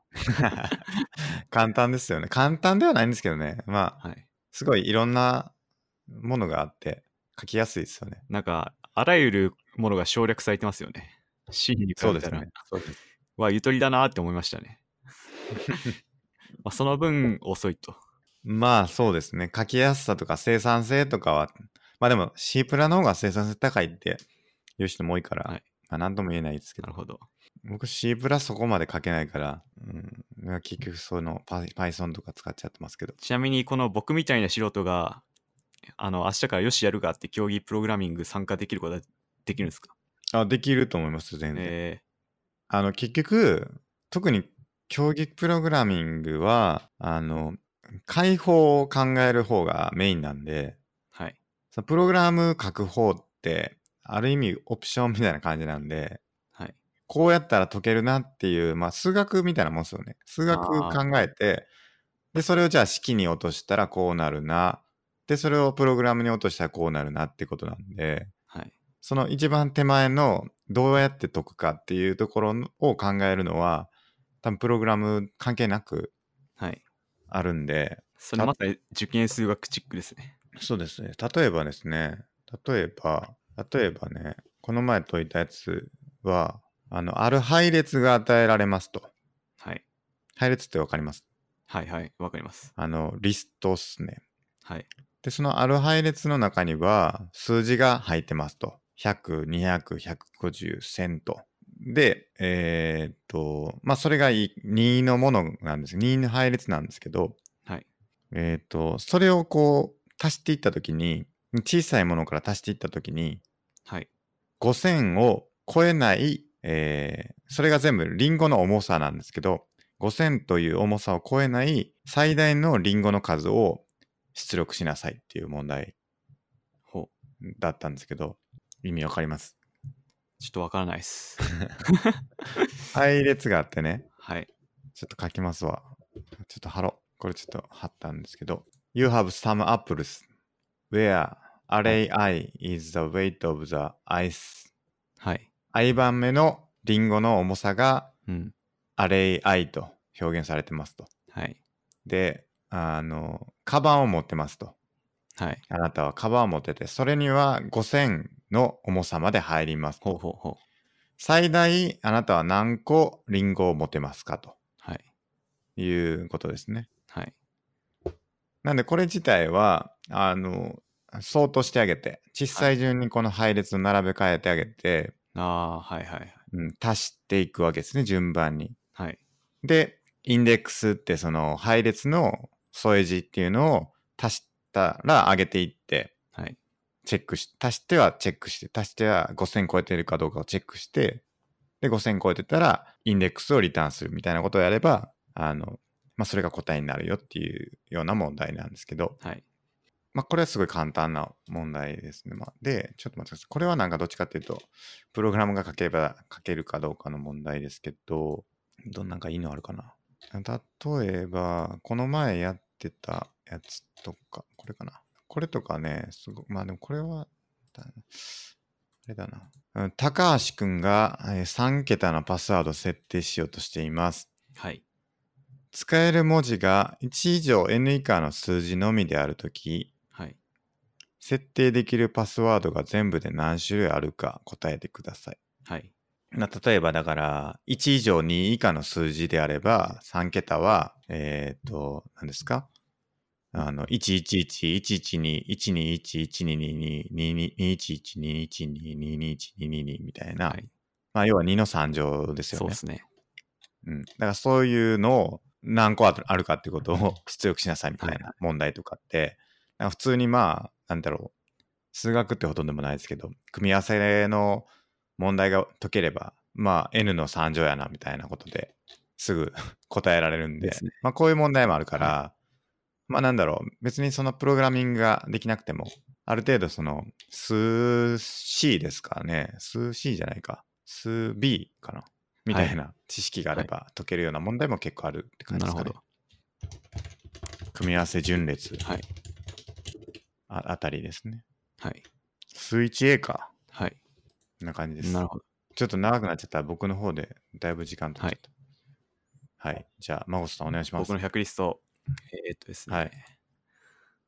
簡単ですよね。簡単ではないんですけどね。まあ、はい。すごいいろんなものがあって、書きやすいですよね。なんか、あらゆるものが省略されてますよね。C に比べたそら。うですね。そうですはゆとりだなって思いました [LAUGHS] ね。まあその分遅いと。まあそうですね。書きやすさとか生産性とかは、まあでも C プラの方が生産性高いって言う人も多いから、はいまあ何とも言えないですけなどる、ほど。僕 C プラそこまで書けないから、うん、結局そのパ Python とか使っちゃってますけど。ちなみに、この僕みたいな素人が、あの、明日からよしやるかって競技プログラミング参加できることはできるんですかあ、できると思います、全然。えあの、結局、特に競技プログラミングは、あの、解放を考える方がメインなんで、ー、はい。そのプログラム書く方って、ある意味オプションみたいな感じなんで、はい。こうやったら解けるなっていう、まあ、数学みたいなもんですよね。数学考あえて、で、それをじゃあ式に落としたらこうなるな。で、それをプログラムに落としたらこうなるなってことなんで、はい。その一番手前のどうやって解くかっていうところを考えるのは、多分プログラム関係なくはい。あるんで、それまた受験数学チックですね。そうですね。例えばですね、例えば、例えばね、この前解いたやつは、あの、ある配列が与えられますと。はい。配列ってわかりますはいはい。わかります。あの、リストっすね。はい。で、そのある配列の中には数字が入ってますと。100、200、150、1000と。で、えーっと、まあ、それがい任意のものなんです。任意の配列なんですけど、はい。えーっと、それをこう足していったときに、小さいものから足していったときに、はい。 5000を超えない、えーそれが全部リンゴの重さなんですけど、5000という重さを超えない最大のリンゴの数を出力しなさいっていう問題ほう。だったんですけど、意味わかります。ちょっとわからないです。配列があってね、はい。ちょっと書きますわ。ちょっと貼ろう。これちょっと貼ったんですけど、You have some apples where array i is the weight of the ice. はい。 i 番目のリンゴの重さがうん。アレイアイと表現されてますと。はい。で、あの、カバンを持ってますと。はい。あなたはカバンを持ってて、それには5000の重さまで入りますほうと。ほうほう。最大、あなたは何個リンゴを持てますかとはい。いうことですね。はい。なんで、これ自体は、あの、相当してあげて、小さい順にこの配列を並べ替えてあげて、ああー、はいはいはい。うん、足していくわけですね、順番に。はい。で、インデックスってその配列の添え字っていうのを足したら上げていって、はい。チェックし、足してはチェックして、足しては5000超えてるかどうかをチェックして、で、5000超えてたら、インデックスをリターンするみたいなことをやれば、あの、まあ、それが答えになるよっていうような問題なんですけど、はい。まあ、これはすごい簡単な問題ですね。まあ、で、ちょっと待ってください。これはなんかどっちかっていうと、プログラムが書ければ、書けるかどうかの問題ですけど、どんなんかいいのあるかな。例えば、この前やってたやつとか、これかな。これとかね、すごまあでもこれは、だあれだな。うん高橋くんがえー3桁のパスワードを設定しようとしています。はい。使える文字が1以上 N 以下の数字のみであるとき、はい。設定できるパスワードが全部で何種類あるか答えてください。はい。な例えばだから1以上2以下の数字であれば3桁はえっ、と何ですかあの1111112112222112212222みたいな、はいまあ要は2の3乗ですよそうねで。すね。うん、だからそういうのを何個あるあるかってことを [LAUGHS] 出力しなさいみたいな問題とかって、なんか普通にまあ、なんだろう、数学ってほとんどでもないですけど、組み合わせの問題が解ければ、まあ、N の3乗やな、みたいなことですぐ [LAUGHS] 答えられるんで、ですねまあ、こういう問題もあるから、まあ、なんだろう、別にそのプログラミングができなくても、ある程度その、数 C ですからね、数 C じゃないか、数 B かな、みたいな知識があれば解けるような問題も結構あるって感じなでるすかほねど。。組み合わせ順列はい。ああたりですね。はい。数 1A か。はい。こんな感じですな。るほど。ちょっと長くなっちゃったら僕の方でだいぶ時間取っちゃった。はい。じゃあ、マゴスさんお願いします。僕の100リスト、えーっとですね、はい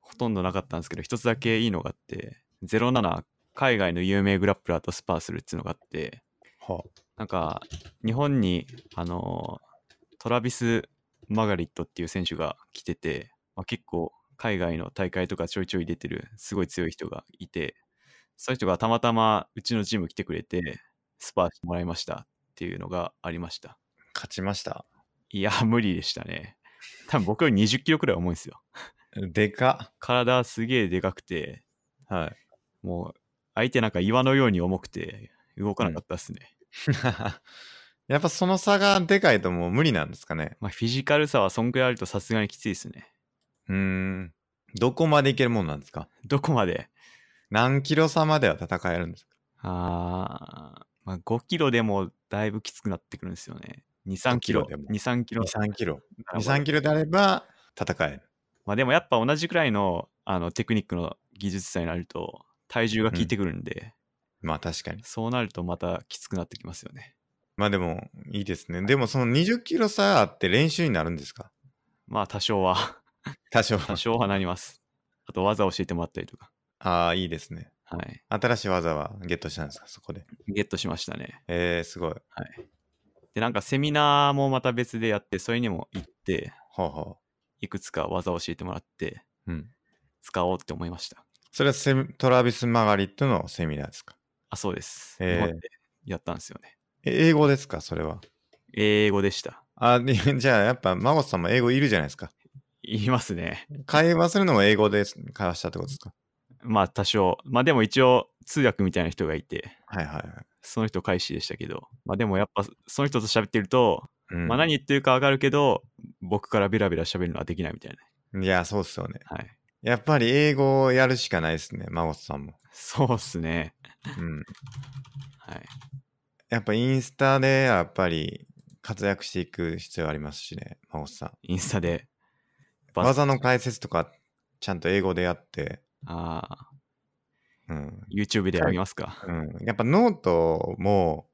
ほとんどなかったんですけど、一つだけいいのがあって、07、海外の有名グラップラーとスパーするっていうのがあって、はなんか、日本に、あのートラビス・マガリットっていう選手が来てて、まあ、結構、海外の大会とかちょいちょい出てる、すごい強い人がいて、そういう人がたまたまうちのチーム来てくれて、スパーしてもらいましたっていうのがありました。勝ちました。いや、 [LAUGHS] 無理でしたね。多分僕より20キロくらい重いんですよ。でか体すげえでかくて、っ。はい。もう相手なんか岩のように重くて動かなかったっすね。 [LAUGHS] やっぱその差がでかいともう無理なんですかね。まあフィジカルさはそんくらいあるとさすがにきついっすね。うーん。どこまでいけるもんなんですかどこまで何キロ差までは戦えるんですかあー、まあ、5キロでもだいぶきつくなってくるんですよね。2、3 5キキロ。ロで2も、 3キロ。 ?2、3キロ。なる2、ほど3キロであれば戦える。まあでもやっぱ同じくらいのあのテクニックの技術者になると体重が効いてくるんで、まあ確かに。そうなるとまたきつくなってきますよね。まあでもいいですね。でもその20キロ差あって練習になるんですかまあ多少は。 [LAUGHS] 多少。多少はなります。あと技教えてもらったりとか。ああ、いいですね。はい。新しい技はゲットしたんですかそこで。ゲットしましたね。えー、すごい。で、なんかセミナーもまた別でやって、それにも行って、ほうほいくつか技を教えてもらって、う。うん。使おうって思いました。それはセミトラビス・マガリットのセミナーですかあ、そうです。へえ日本でやったんですよね。え英語ですかそれは。英語でした。あ、で [LAUGHS] じゃあやっぱ、マゴスさんも英語いるじゃないですか。言いますね。会話するのも英語で会話したってことですかまあ多少。まあでも一応通訳みたいな人がいて、はいはいはい。その人開始でしたけど、まあでもやっぱその人と喋ってると、うん、まあ何言ってるかわかるけど、僕からベラベラ喋るのはできないみたいな。いや、そうっすよね。はい。やっぱり英語をやるしかないですね、マゴスさんも。そうっすね。うん。はい。やっぱインスタでやっぱり活躍していく必要ありますしね、マゴスさん。インスタで。バズ技の解説とか、ちゃんと英語でやって、ああ、うん、 YouTube であげますか。うん、やっぱノートも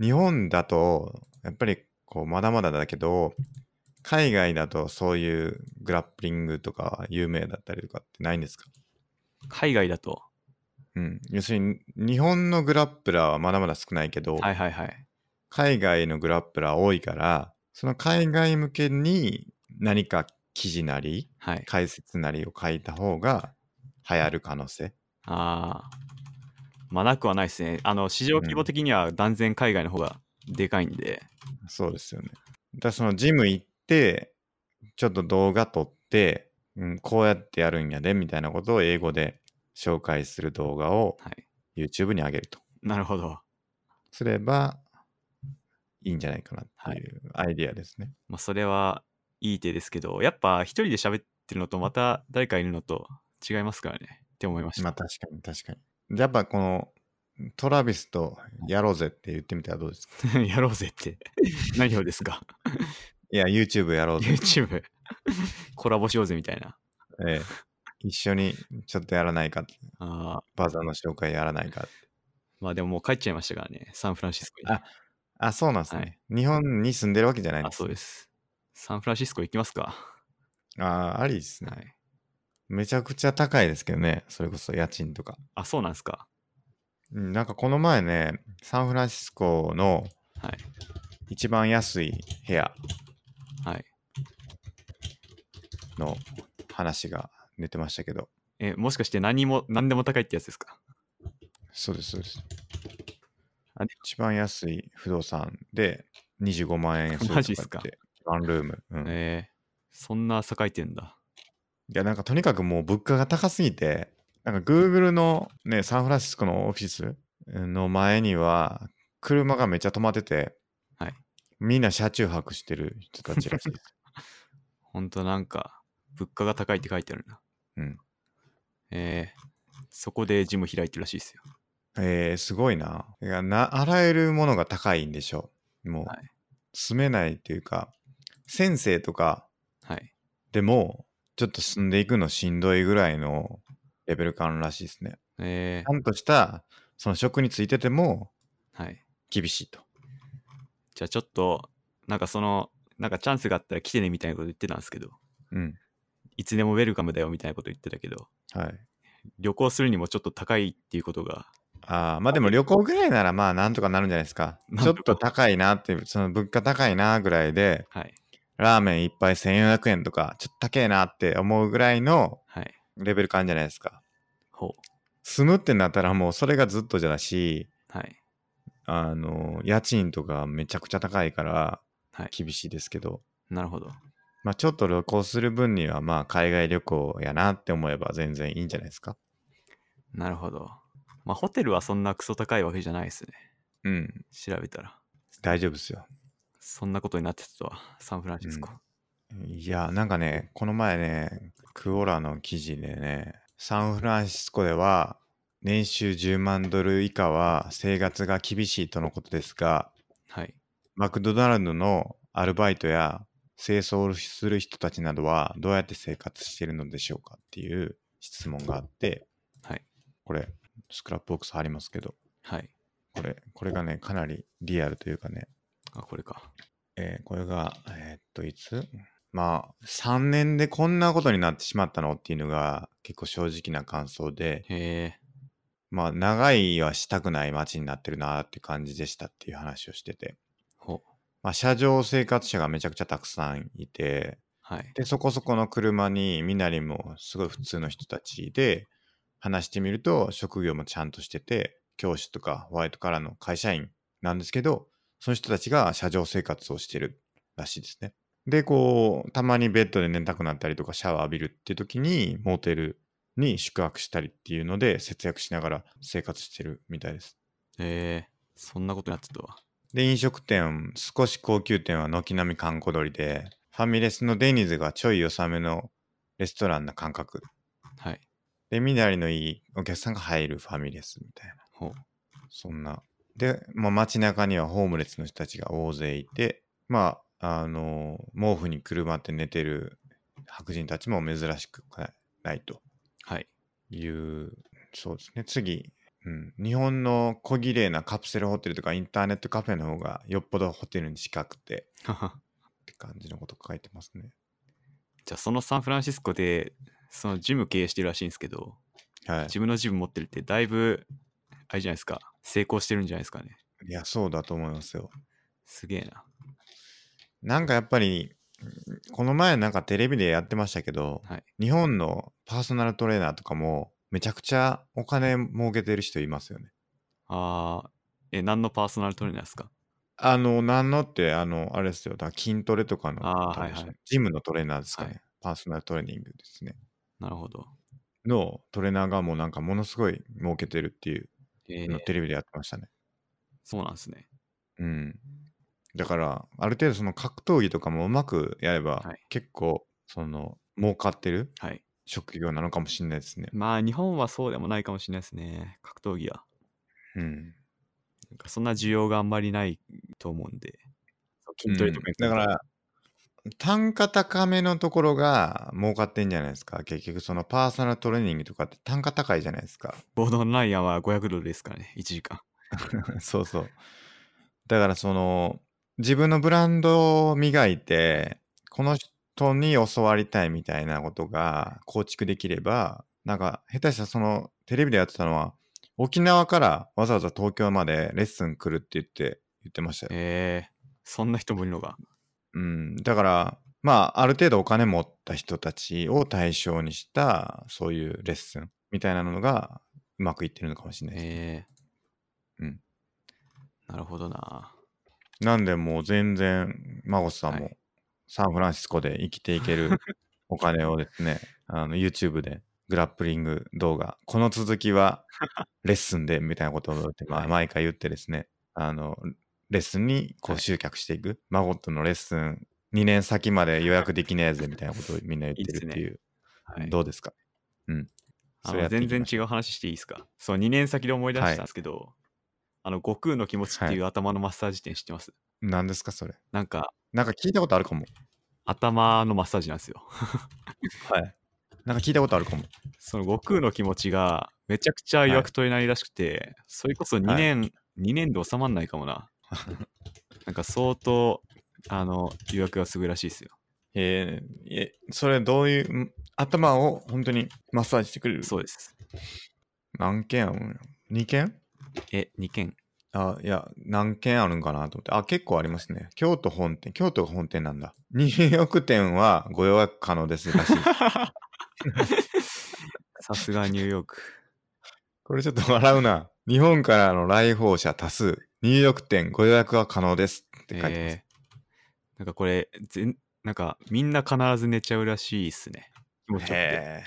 日本だとやっぱりこうまだまだだけど海外だとそういうグラップリングとか有名だったりとかってないんですか、海外だと。うん、要するに日本のグラップラーはまだまだ少ないけど、はいはいはい。海外のグラップラー多いからその海外向けに何か記事なりはい。解説なりを書いた方が流行る可能性ああ。まあなくはないですね。あの、市場規模的には断然海外の方がでかいんで。そうですよね。だからそのジム行って、ちょっと動画撮って、うん、こうやってやるんやでみたいなことを英語で紹介する動画をはい。 YouTube に上げるとなるほど。すればいいんじゃないかなっていうアイディアですね。まあそれはいい手ですけど、やっぱ一人で喋ってるのとまた誰かいるのと違いますからね。って思いました。まあ確かに確かに。やっぱこのトラビスとやろうぜって言ってみたらどうですか [LAUGHS] やろうぜ [LAUGHS] って。何をですかいや YouTube やろうぜ。 ?YouTube。コラボしようぜみたいな。ええ一緒にちょっとやらないかって。ああ。バザーの紹介やらないかって。まあでももう帰っちゃいましたからね。サンフランシスコに。ああ、そうなんですね、はい日本に住んでるわけじゃないんあ、ですそね、うです。サンフランシスコ行きますか。ああ、ありですねは。い。めちゃくちゃ高いですけどね、それこそ家賃とか。あ、そうなんですか。うんなんかこの前ね、サンフランシスコのはい。一番安い部屋はい。の話が出てましたけど、え、もしかして何も、何でも高いってやつですかそうです、そうですあで。一番安い不動産で25万円マジっすかて、ワンルーム。うんえー、そんな栄えてんだ。いや、なんかとにかくもう物価が高すぎて、なんか Google のね、サンフランシスコのオフィスの前には、車がめっちゃ止まってて、はいみんな車中泊してる人たちらしいです。 [LAUGHS] ほんとなんか、物価が高いって書いてあるな。うん。えー、そこでジム開いてるらしいですよ。えー、すごいな。いやなあらゆるものが高いんでしょう。もう、はい住めないというか、先生とかはい。でも、ちょっと住んでいくのしんどいぐらいのレベル感らしいですね。えちゃんとした、その職についててもー、はい。厳しいと。じゃあちょっと、なんかその、なんかチャンスがあったら来てねみたいなこと言ってたんですけど、うん。いつでもウェルカムだよみたいなこと言ってたけど、はい。旅行するにもちょっと高いっていうことが、ああ、まあでも旅行ぐらいならまあなんとかなるんじゃないですか。なんちょとっかと高いなっていう、その物価高いなぐらいで、はい。ラーメン一杯1400円とか、ちょっと高えなって思うぐらいのはい。レベル感じゃないですか。ほう。住むってなったらもうそれがずっとじゃだし、はい。あの、家賃とかめちゃくちゃ高いからはい厳しいですけど、なるほど。まあちょっと旅行する分にはまあ海外旅行やなって思えば全然いいんじゃないですか。なるほど。まあ、ホテルはそんなクソ高いわけじゃないですね。うん、調べたら。大丈夫ですよ。そんなことになってたとは、サンフランシスコ。いや、なんかね、この前ね、クオラの記事でね、サンフランシスコでは年収10万ドル以下は生活が厳しいとのことですが、はい。マクドナルドのアルバイトや清掃をする人たちなどはどうやって生活しているのでしょうかっていう質問があって、はい。これ、スクラップボックスありますけど、はい。これ、これがね、かなりリアルというかね、あ、これか。えーこれが、えーっと、いつまあ、3年でこんなことになってしまったのっていうのが結構正直な感想で、へえ。まあ、長いはしたくない街になってるなって感じでしたっていう話をしてて、ほう。まあ、車上生活者がめちゃくちゃたくさんいて、はい。で、そこそこの車に、みなりもすごい普通の人たちで、話してみると、職業もちゃんとしてて、教師とかホワイトカラーの会社員なんですけど、その人たちが車上生活をしてるらしいですね。で、こう、たまにベッドで寝たくなったりとか、シャワー浴びるって時に、モーテルに宿泊したりっていうので、節約しながら生活してるみたいです。へえ。そんなことになってたわ。で、飲食店、少し高級店は軒並み観光鳥で、ファミレスのデニーズがちょい良さめのレストランな感覚。はい。で、身なりのいいお客さんが入るファミレスみたいな。ほう。そんな。で、まあ、街中にはホームレスの人たちが大勢いて、まあ、あの、毛布にくるまって寝てる白人たちも珍しくないないとはい。 [LAUGHS] いう、そうですね。次、うん、日本の小綺麗なカプセルホテルとかインターネットカフェの方がよっぽどホテルに近くて、ははって感じのこと書いてますね。じゃあ、そのサンフランシスコで、そのジム経営してるらしいんですけど、は自分のジム持ってるって、だいぶ、あれじゃないですか。成功してるんじゃないですかね。い。いや、そうだと思いますよ。すげえな。なんかやっぱり、うんこの前なんかテレビでやってましたけど、はい日本のパーソナルトレーナーとかも、めちゃくちゃお金儲けてる人いますよね。あー、え、何のパーソナルトレーナーですかあの、なんのって、あの、あれですよ、だから筋トレとかの、あー多分はいはいジムのトレーナーですかね、はいパーソナルトレーニングですね。なるほど。のトレーナーがもうなんかものすごい儲けてるっていうえのをー、テレビでやってましたね。そうなんですね。うん。だから、ある程度その格闘技とかもうまくやれば、はい結構、その、儲かってるはい。職業なのかもしれないですね。まあ、日本はそうでもないかもしれないですね。格闘技は。うん。なんかそんな需要があんまりないと思うんで。筋トレとか、うんだか、ら、単価高めのところが儲かってんじゃないですか。結局、そのパーソナルトレーニングとかって単価高いじゃないですか。ボードンライアンは500ドルですからね、1時間。そうそう。だから、その、自分のブランドを磨いて、この人に教わりたいみたいなことが構築できれば、なんか、下手したらその、テレビでやってたのは、沖縄からわざわざ東京までレッスン来るって言って、言ってましたよ。えー、そんな人もいるのが。うん、だから、まあ、ある程度お金持った人たちを対象にした、そういうレッスンみたいなのがうまくいってるのかもしれないです。えー、うん。なるほどな。なんで、もう全然、マゴスさんはもいサンフランシスコで生きていけ [LAUGHS] るお金をですね、あの YouTube でグラップリング動画、この続きはレッスンでみたいなことを言って、まあ、はい毎回言ってですね、あの、レッスンにこうはい集客していく。マゴットのレッスン2年先まで予約できねえぜみたいなことをみんな言ってるっていう。はいどうですかうん。あそれやのっていき全ましょう然違う話していいですかそう2年先で思い出したんですけど、あの悟空の気持ちっていう頭のマッサージ店知ってます、何ですかそれ。なんかなんか聞いたことあるかも。頭のマッサージなんですよはい。なんか聞いたことあるかも。その悟空の気持ちがめちゃくちゃ予約取れないらしくて、それこそ2年、2年で収まんないかもな [LAUGHS] なんか相当あの予約がすぐらしいですよえー、え、それどういうん頭を本当にマッサージしてくれるそうです何件あるんや ?2 件え2件あ、いや、何件あるんかなと思って。あ、結構ありますね。京都本店、京都が本店なんだ。ニューヨーク店はご予約可能です [LAUGHS] らしい。さすがニューヨークこれちょっと笑うな。日本からの来訪者多数、ニューヨーク店ご予約は可能ですって書いてます。えーなんかこれ全なんかみんな必ず寝ちゃうらしいっすね気持ちよくてへえ。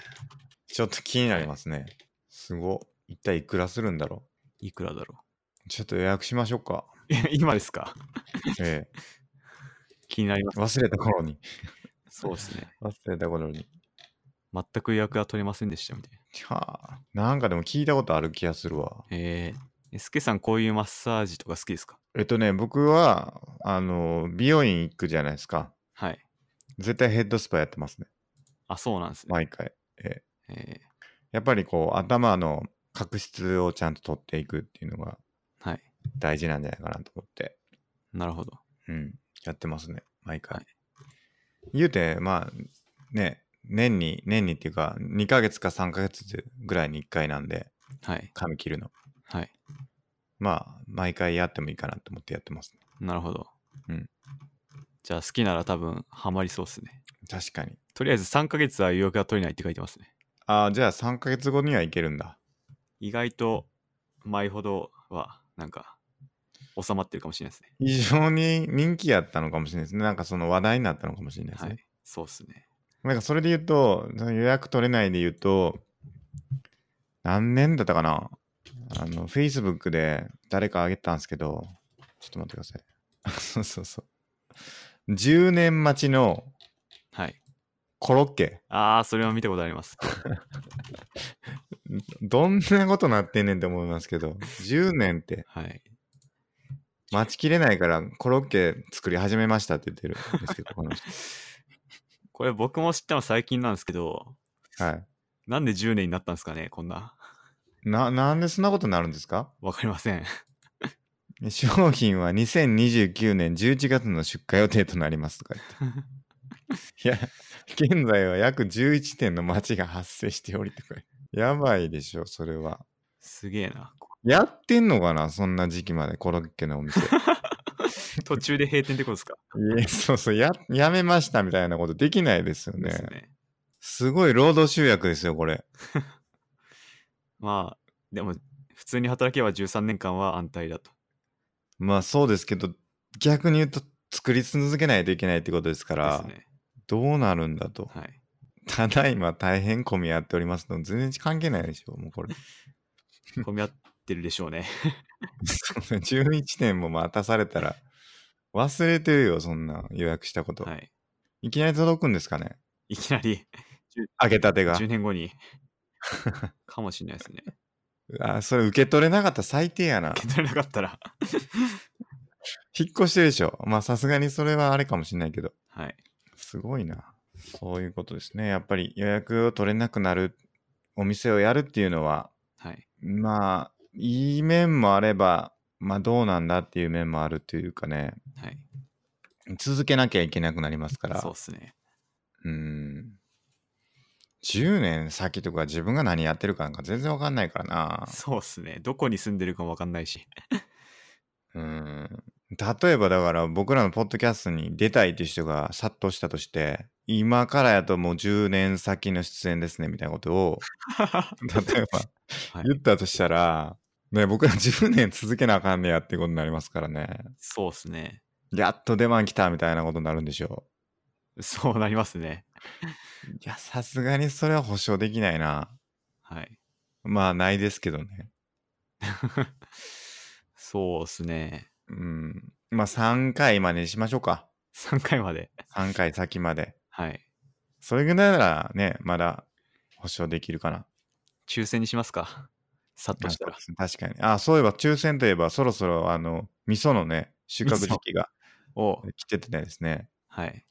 ちょっと気になりますね。すご。一体いくらするんだろいくらだろう。ちょっと予約しましょうか。う [LAUGHS] え今ですかえ気になりまえ。す忘れた頃に。そうですね忘れた頃に。全く予約が取れませんでしたみたいなはあ。なんかでも聞いたことある気がするわ。えー、えスケさんこういうマッサージとか好きですかえっとね、僕は、あの、美容院行くじゃないですか。はい絶対ヘッドスパやってますね。あそうなんですね、毎回。えやっぱりこう、頭の角質をちゃんと取っていくっていうのがーはい大事なんじゃないかなと思って。なるほどうん、やってますね、毎回。はい言うて、まあ、ね、年に、年にっていうか、2ヶ月か3ヶ月ぐらいに1回なんで、はい髪切るの。はいまあ、毎回やってもいいかなと思ってやってますね。なるほど、うん、じゃあ好きなら多分ハマりそうっすね確かに。とりあえず3ヶ月は予約が取れないって書いてますねああ、じゃあ3ヶ月後にはいけるんだ。意外と前ほどはなんか収まってるかもしれないですね。非常に人気やったのかもしれないですね。なんかその話題になったのかもしれないですはね。い、そうですね。なんかそれで言うと、その予約取れないで言うと、何年だったかなあの、Facebook で誰かあげたんですけど、ちょっと待ってください。 [LAUGHS] そうそうそう。10年待ちのはい。コロッケ。ああ、それは見たことあります。どんなことなってんねんって思いますけど、10年ってはい。待ちきれないからコロッケ作り始めましたって言ってるんですけど、こ [LAUGHS] の人。これ僕も知ったの最近なんですけど、はい。なんで10年になったんですかね、こんな。 [LAUGHS] な、なんでそんなことになるんですか [LAUGHS] わかりません。商品は2029年11月の出荷予定となりますとか言 [LAUGHS] って。いや、現在は約11点の町が発生しておりとか言って。やばいでしょ、それは。すげえな。やってんのかな、そんな時期まで、コロッケの [LAUGHS] お店。い途中で閉店ってことですかえ、そうそう、や、やめましたみたいなことできないですよで [LAUGHS] ねす。ね。すごい労働集約ですよ、これ。まあ、でも、普通に働けば13年間は安泰だと。まあそうですけど、逆に言うと、作り続けないといけないってことですかでら、すね。どうなるんだと。はい。ただいま大変混み合っておりますので、全然関係ないでしょ、もうこれ。 [LAUGHS] 混み合ってるでしょうね。そうね11年も待たされたら、忘れてるよ、そんな予約した [LAUGHS] こと。、はいい。きなり届くんですかねいきなり開けたてが。 10年後 [LAUGHS] に。かもしれないですね。あ、それ受け取れなかったら最低やな。受け取れなかったら。引っ越してるでしょ。まあさすがにそれはあれかもしれないけど。はい。すごいな。そういうことですね。やっぱり予約を取れなくなる、お店をやるっていうのは、はい。まあ、いい面もあれば、まあどうなんだっていう面もあるというかね、はい。続けなきゃいけなくなりますから。そうっすね。うーん。10年先とか自分が何やってるかなんか全然わかんないからな。そうっすね。どこに住んでるかもわかんな [LAUGHS] いし。うーん。例えばだから僕らのポッドキャストに出たいっていう人が殺到したとして、今からやともう10年先の出演ですねみたいなことを、例えばはい言ったとしたら、ね、僕ら10年続けなあかんねやってことになりますからね。そうっすね。やっと出番来たみたいなことになるんでしょそうなりますね。う。いや、さすがにそれは保証できないな。はい。まあ、ないですけどね。そうですね。うん。まあ、3回までにしましょうか。 3回まで。 3回先まで。はい。それぐらいならね、まだ保証できるかな。抽選にしますか。さっとあしたら。そうですね確かに。あ、そういえば、抽選といえば、そろそろ、あの、味噌のね、収穫時期がお来ててですね。はい。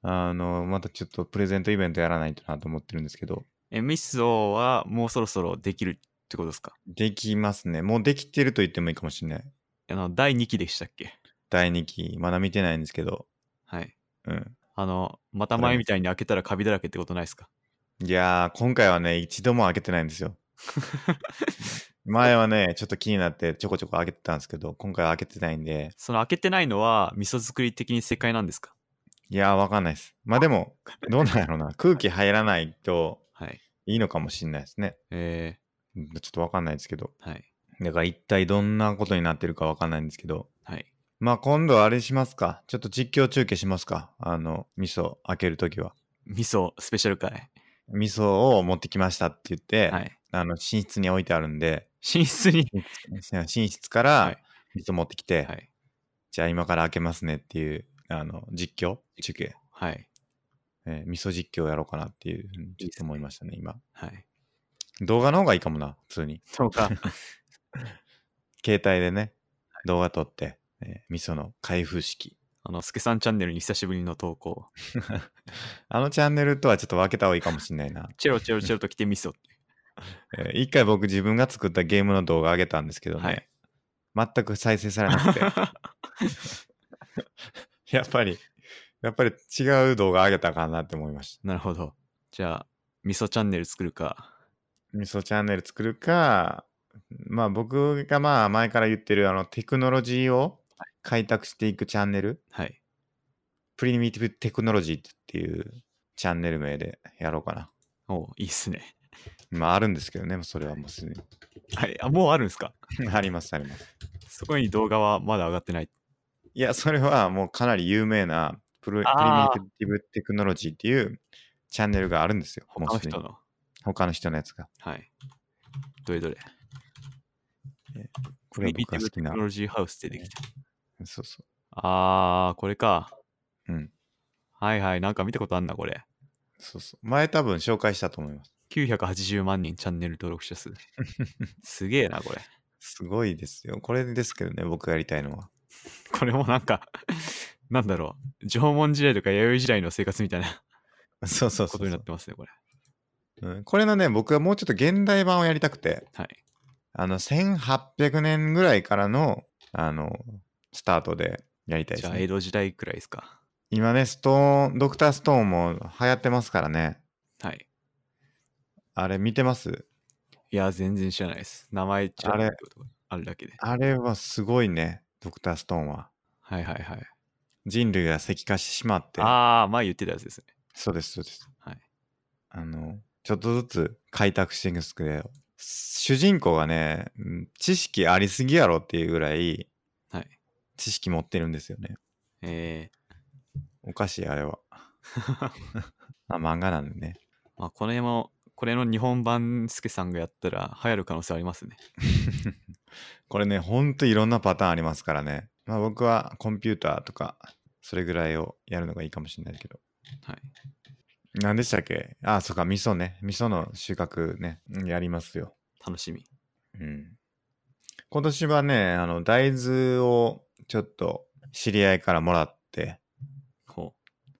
あの、またちょっとプレゼントイベントやらないとなと思ってるんですけど、え、ミスをはもうそろそろできるってことですかできますね。もうできてると言ってもいいかもしれない。あの、第2期でしたっけ第2期、まだ見てないんですけど、はい。うん。あの、また前みたいに開けたらカビだらけってことないですかいやー、今回はね、一度も開けてないん [LAUGHS] ですよ。前はね、ちょっと気になってちょこちょこ開けてたんですけど、今回は開けてないんで、その開けてないのは味噌作り的に正解なんですかいやー、わかんないです。まあでも、どうなんやろうな。空気入らないとはい。いいのかもしれないですね。えうんちょっとわかんないですけど。ー、はい。だから一体どんなことになってるかわかんないんですけど。はい。まあ今度はあれしますか。ちょっと実況中継しますか。あの、味噌開けるときは。味噌スペシャル会。味噌を持ってきましたって言って、はい。あの、寝室に置いてあるんで、寝室に。寝室かはらい。味噌持ってきて、はい。じゃあ今から開けますねっていう、あの、実況中継。はい。えー味噌実況をやろうかなっていうふうにちょっと思いましたね、今。はい。動画の方がいいかもな、普通に。そうか。携帯でね、動画撮って、えー味噌の開封式。 [LAUGHS] あの、すけさんチャンネルに久しぶりの投稿。あのチャンネルとはちょっと分けた方がいいかもしんないな。チェロチェロチェロと来て味噌。えー一回僕自分が作ったゲームの動画上げたんですけどはいね、全く再生されな [LAUGHS] くて、やっぱり、やっぱり違う動画上げたかなって思いまし [LAUGHS] なるほど。じゃあ、味噌チャンネル作るか。た。味噌チャンネル作るか、まあ僕がまあ前から言ってるあのテクノロジーを開拓していくチャンネル、はい。プリミティブテクノロジーっていうチャンネル名でやろうかな。おういいっすね。まああるんですけどね、それはもうすでに。はい。あ、もうあるんですか [LAUGHS] ありますあります。そこに動画はまだ上がってない。いや、それはもうかなり有名なプロプあーリミティブテクノロジーっていうチャンネルがあるんですよ。他ものうすでに人の。他の人のやつが。はい。どれどれ。これ僕が好きテなク。ノロジーハウスってできた。そうそあー、これか。う。うん。はいはい。なんか見たことあんな、これ。そうそう。前多分紹介したと思います。 980万人チャンネル登録者 [LAUGHS] 数。すげえな、これ。すごいですよ。これですけどね、僕がやりたいのは。これもなんか、 [LAUGHS] なんだろう。縄文時代とか弥生時代の生活みたいな [LAUGHS] [LAUGHS] そうそうこそとうにそなっう、てますね、これ。うん。これのね、僕はもうちょっと現代版をやりたくて、はい。あの、1800年ぐらいからの、あの、スタートでやりたいじですゃあ、ね、江戸時代くらいですか。今ね、ストーン、ドクターストーンも流行ってますからね。はい。あれ見てますいや、全然知らないです。名前ちらっとあれってことがあるだけで。あれはすごいね、ドクターストーンは。はいはいはい。人類が石化してしまって、ああ、前言ってたやつですね。そうです、そうです。はい。あの、ちょっとずつ開拓していくんですけど、主人公がね、うん知識ありすぎやろっていうぐらいはい。知識持ってるんですよね。えおかしい、あれは。あ漫画なんでね。 [LAUGHS] ー、まあ、これも、これの日本版、スケさんがやったら流行る可能性ありますね。これね、ほんといろんなパターンありますからね。まあ僕はコンピューターとか、それぐらいをやるのがいいかもしれないけど。はい。何でしたっけああ、そっか、味噌ね。味噌の収穫ね、うんやりますよ。楽しみ。うん。今年はね、あの、大豆をちょっと知り合いからもらって、ほ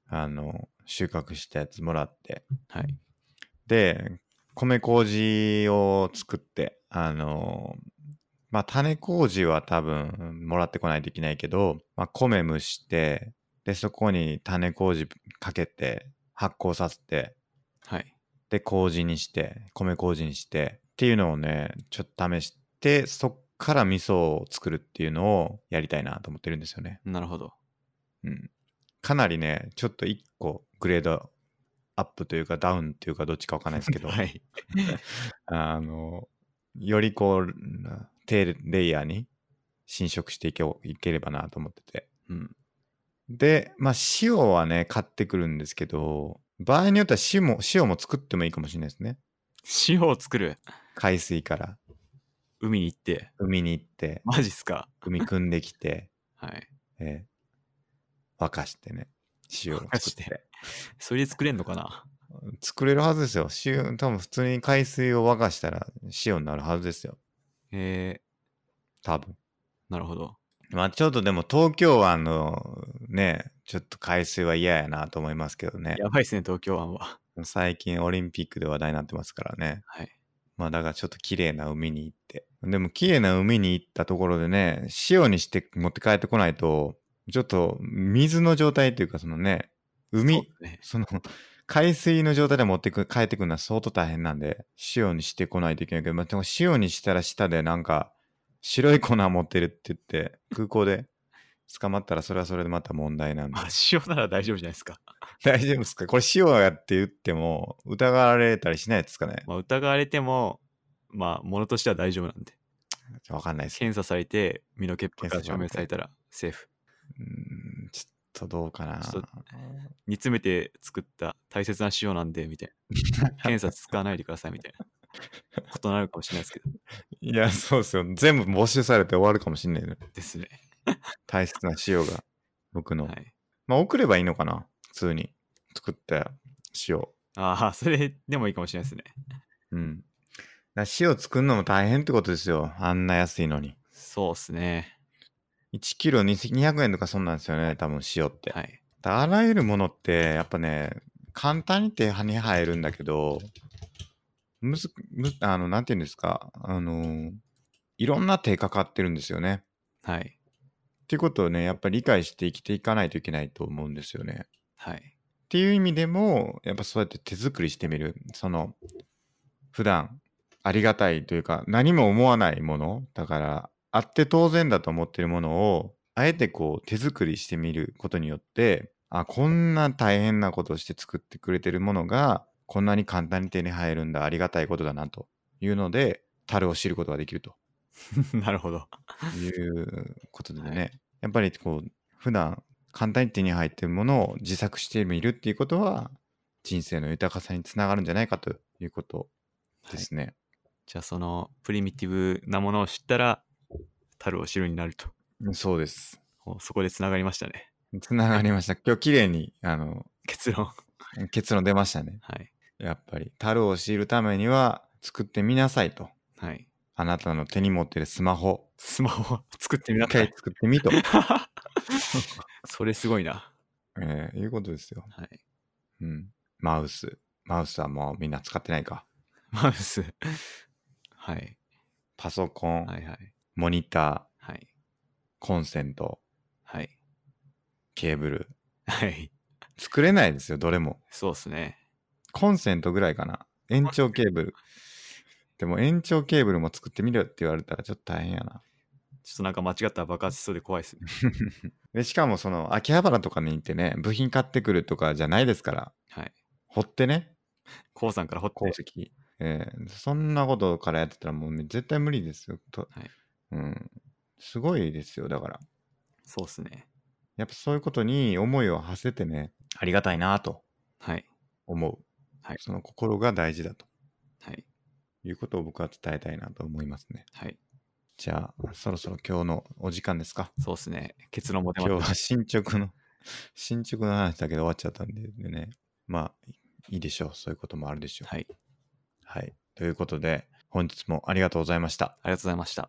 あの、収穫したやつもらって、う。はい。で、米麹を作って、あの、まあ、種麹は多分もらってこないといけないけど、まあ、米蒸して、で、そこに種麹かけて、発酵させて、はい。で麹にして米麹にしてっていうのをねちょっと試してそっから味噌を作るっていうのをやりたいなと思ってるんですよね、なるほど。うん、かなりねちょっと1個グレードアップというかダウンというかどっちかわかんないですけど、 [LAUGHS] はい。あのよりこう低レイヤーに侵食していけいければなと思っててうん。でまあ塩はね買ってくるんですけど場合によっては塩も塩も作ってもいいかもしれないですね塩を作る。海水から海に行って、海に行 [LAUGHS] って、マジっすか。海汲んできて、はい。えー沸かしてね、塩を作かっしてて。それで作れんのかな作れるはずですよ。塩、多分普通に海水を沸かしたら塩になるはずですよ。え多分。ー、なるほど。まあちょっとでも東京湾のね、ちょっと海水は嫌やなと思いますけどね。やばいっすね、東京湾は。最近オリンピックで話題になってますからね。はい。まあだからちょっと綺麗な海に行って。でも綺麗な海に行ったところでね、塩にして持って帰ってこないと、ちょっと水の状態というかそのね、そう海、ですね。その海水の状態で持ってく、帰ってくるのは相当大変なんで、塩にしてこないといけないけど、まあ、でも塩にしたら舌でなんか白い粉持ってるって言って、空港で捕まったらそれはそれでまた問題なんでまあ。、塩なら大丈夫じゃないですか。 [LAUGHS] 大丈夫ですかこれ塩やって言っても疑われたりしないですかねまあ、疑われても、まあ、ものとしては大丈夫なんで。わかんないです検査されて、身の潔白が検査証されて明されたら、セーフ。うーんちょっとどうかな。ちょっと煮詰めて作った大切な塩なんで、みたいな。検査使わないでください、みたいな。ことになるかもしれないですけど。いや、そうですよ。全部募集されて終わるかもしんないね。ですね。大切な塩が、僕の。はい。まあ、送ればいいのかな普通に。作った塩。ああ、それでもいいかもしれないですね。うん。だ塩作るのも大変ってことですよ。あんな安いのに。そうですね。 1キロ200円とかそんなんですよね。多分塩って。はい。あらゆるものって、やっぱね、簡単に手に入るんだけど、むず、む、あの、なんていうんですか、あのー、いろんな手かかってるんですよね。はい。っていうことをね、やっぱり理解して生きていかないといけないと思うんですよね。はい。 [LAUGHS] っていう意味でも、やっぱそうやって手作りしてみる。その、普段、ありがたいというか、何も思わないもの、だから、あって当然だと思ってるものを、あえてこう、手作りしてみることによって、あ、こんな大変なことをして作ってくれてるものが、こんなに簡単に手に入るんだ、ありがたいことだな、というので、樽を知ることができると。なるほど。いうことでね、はいやっぱりこう普段簡単に手に入っているものを自作してみるっていうことは人生の豊かさにつながるんじゃないかということですね。じゃあ、その、プリミティブなものを知ったら、樽を知るになると。うんそうです。おそこでつながりましたね。 [LAUGHS] つながりました。今日綺麗にあの結論。結論出ましたね。はい。やっぱり樽を知るためには作ってみなさいと。はい。あなたの手に持ってるスマホ、スマホを作ってみな一さ回い。作って [LAUGHS] みと、それすごいな。えーいうことですよ。はい。うん。マウス。マウスはもうみんな使ってないか。マウス。はい。パソコン、はいはい。モニター、はい。コンセント、はい。ケーブル。はい。作れないですよ、どれも。そうですね。コンセントぐらいかな。延長ケーブル。でも延長ケーブルも作ってみるって言われたらちょっと大変やな。ちょっとなんか間違ったら爆発しそうで怖いですね。で、しかもその秋葉原とかに行ってね、部品買ってくるとかじゃないですから、はい。掘ってね、コウさんから掘鉱って。石。えーそんなことからやってたらもうね絶対無理ですよ。とはいうん。すごいですよ、だから。そうですね。やっぱそういうことに思いを馳せてね、ありがたいなとはい。思う。はいその心が大事だとはい。いうことを僕は伝えたいなと思いますね。はい。じゃあ、そろそろ今日のお時間ですか。そうですね。結論も出今日ましは進捗の、 [LAUGHS] 進捗の話だけど終わっちゃったんでね。まあ、いいでしょう。そういうこともあるでしょた。う。はい。はい。ということで、本日もありがとうございました。ありがとうございました。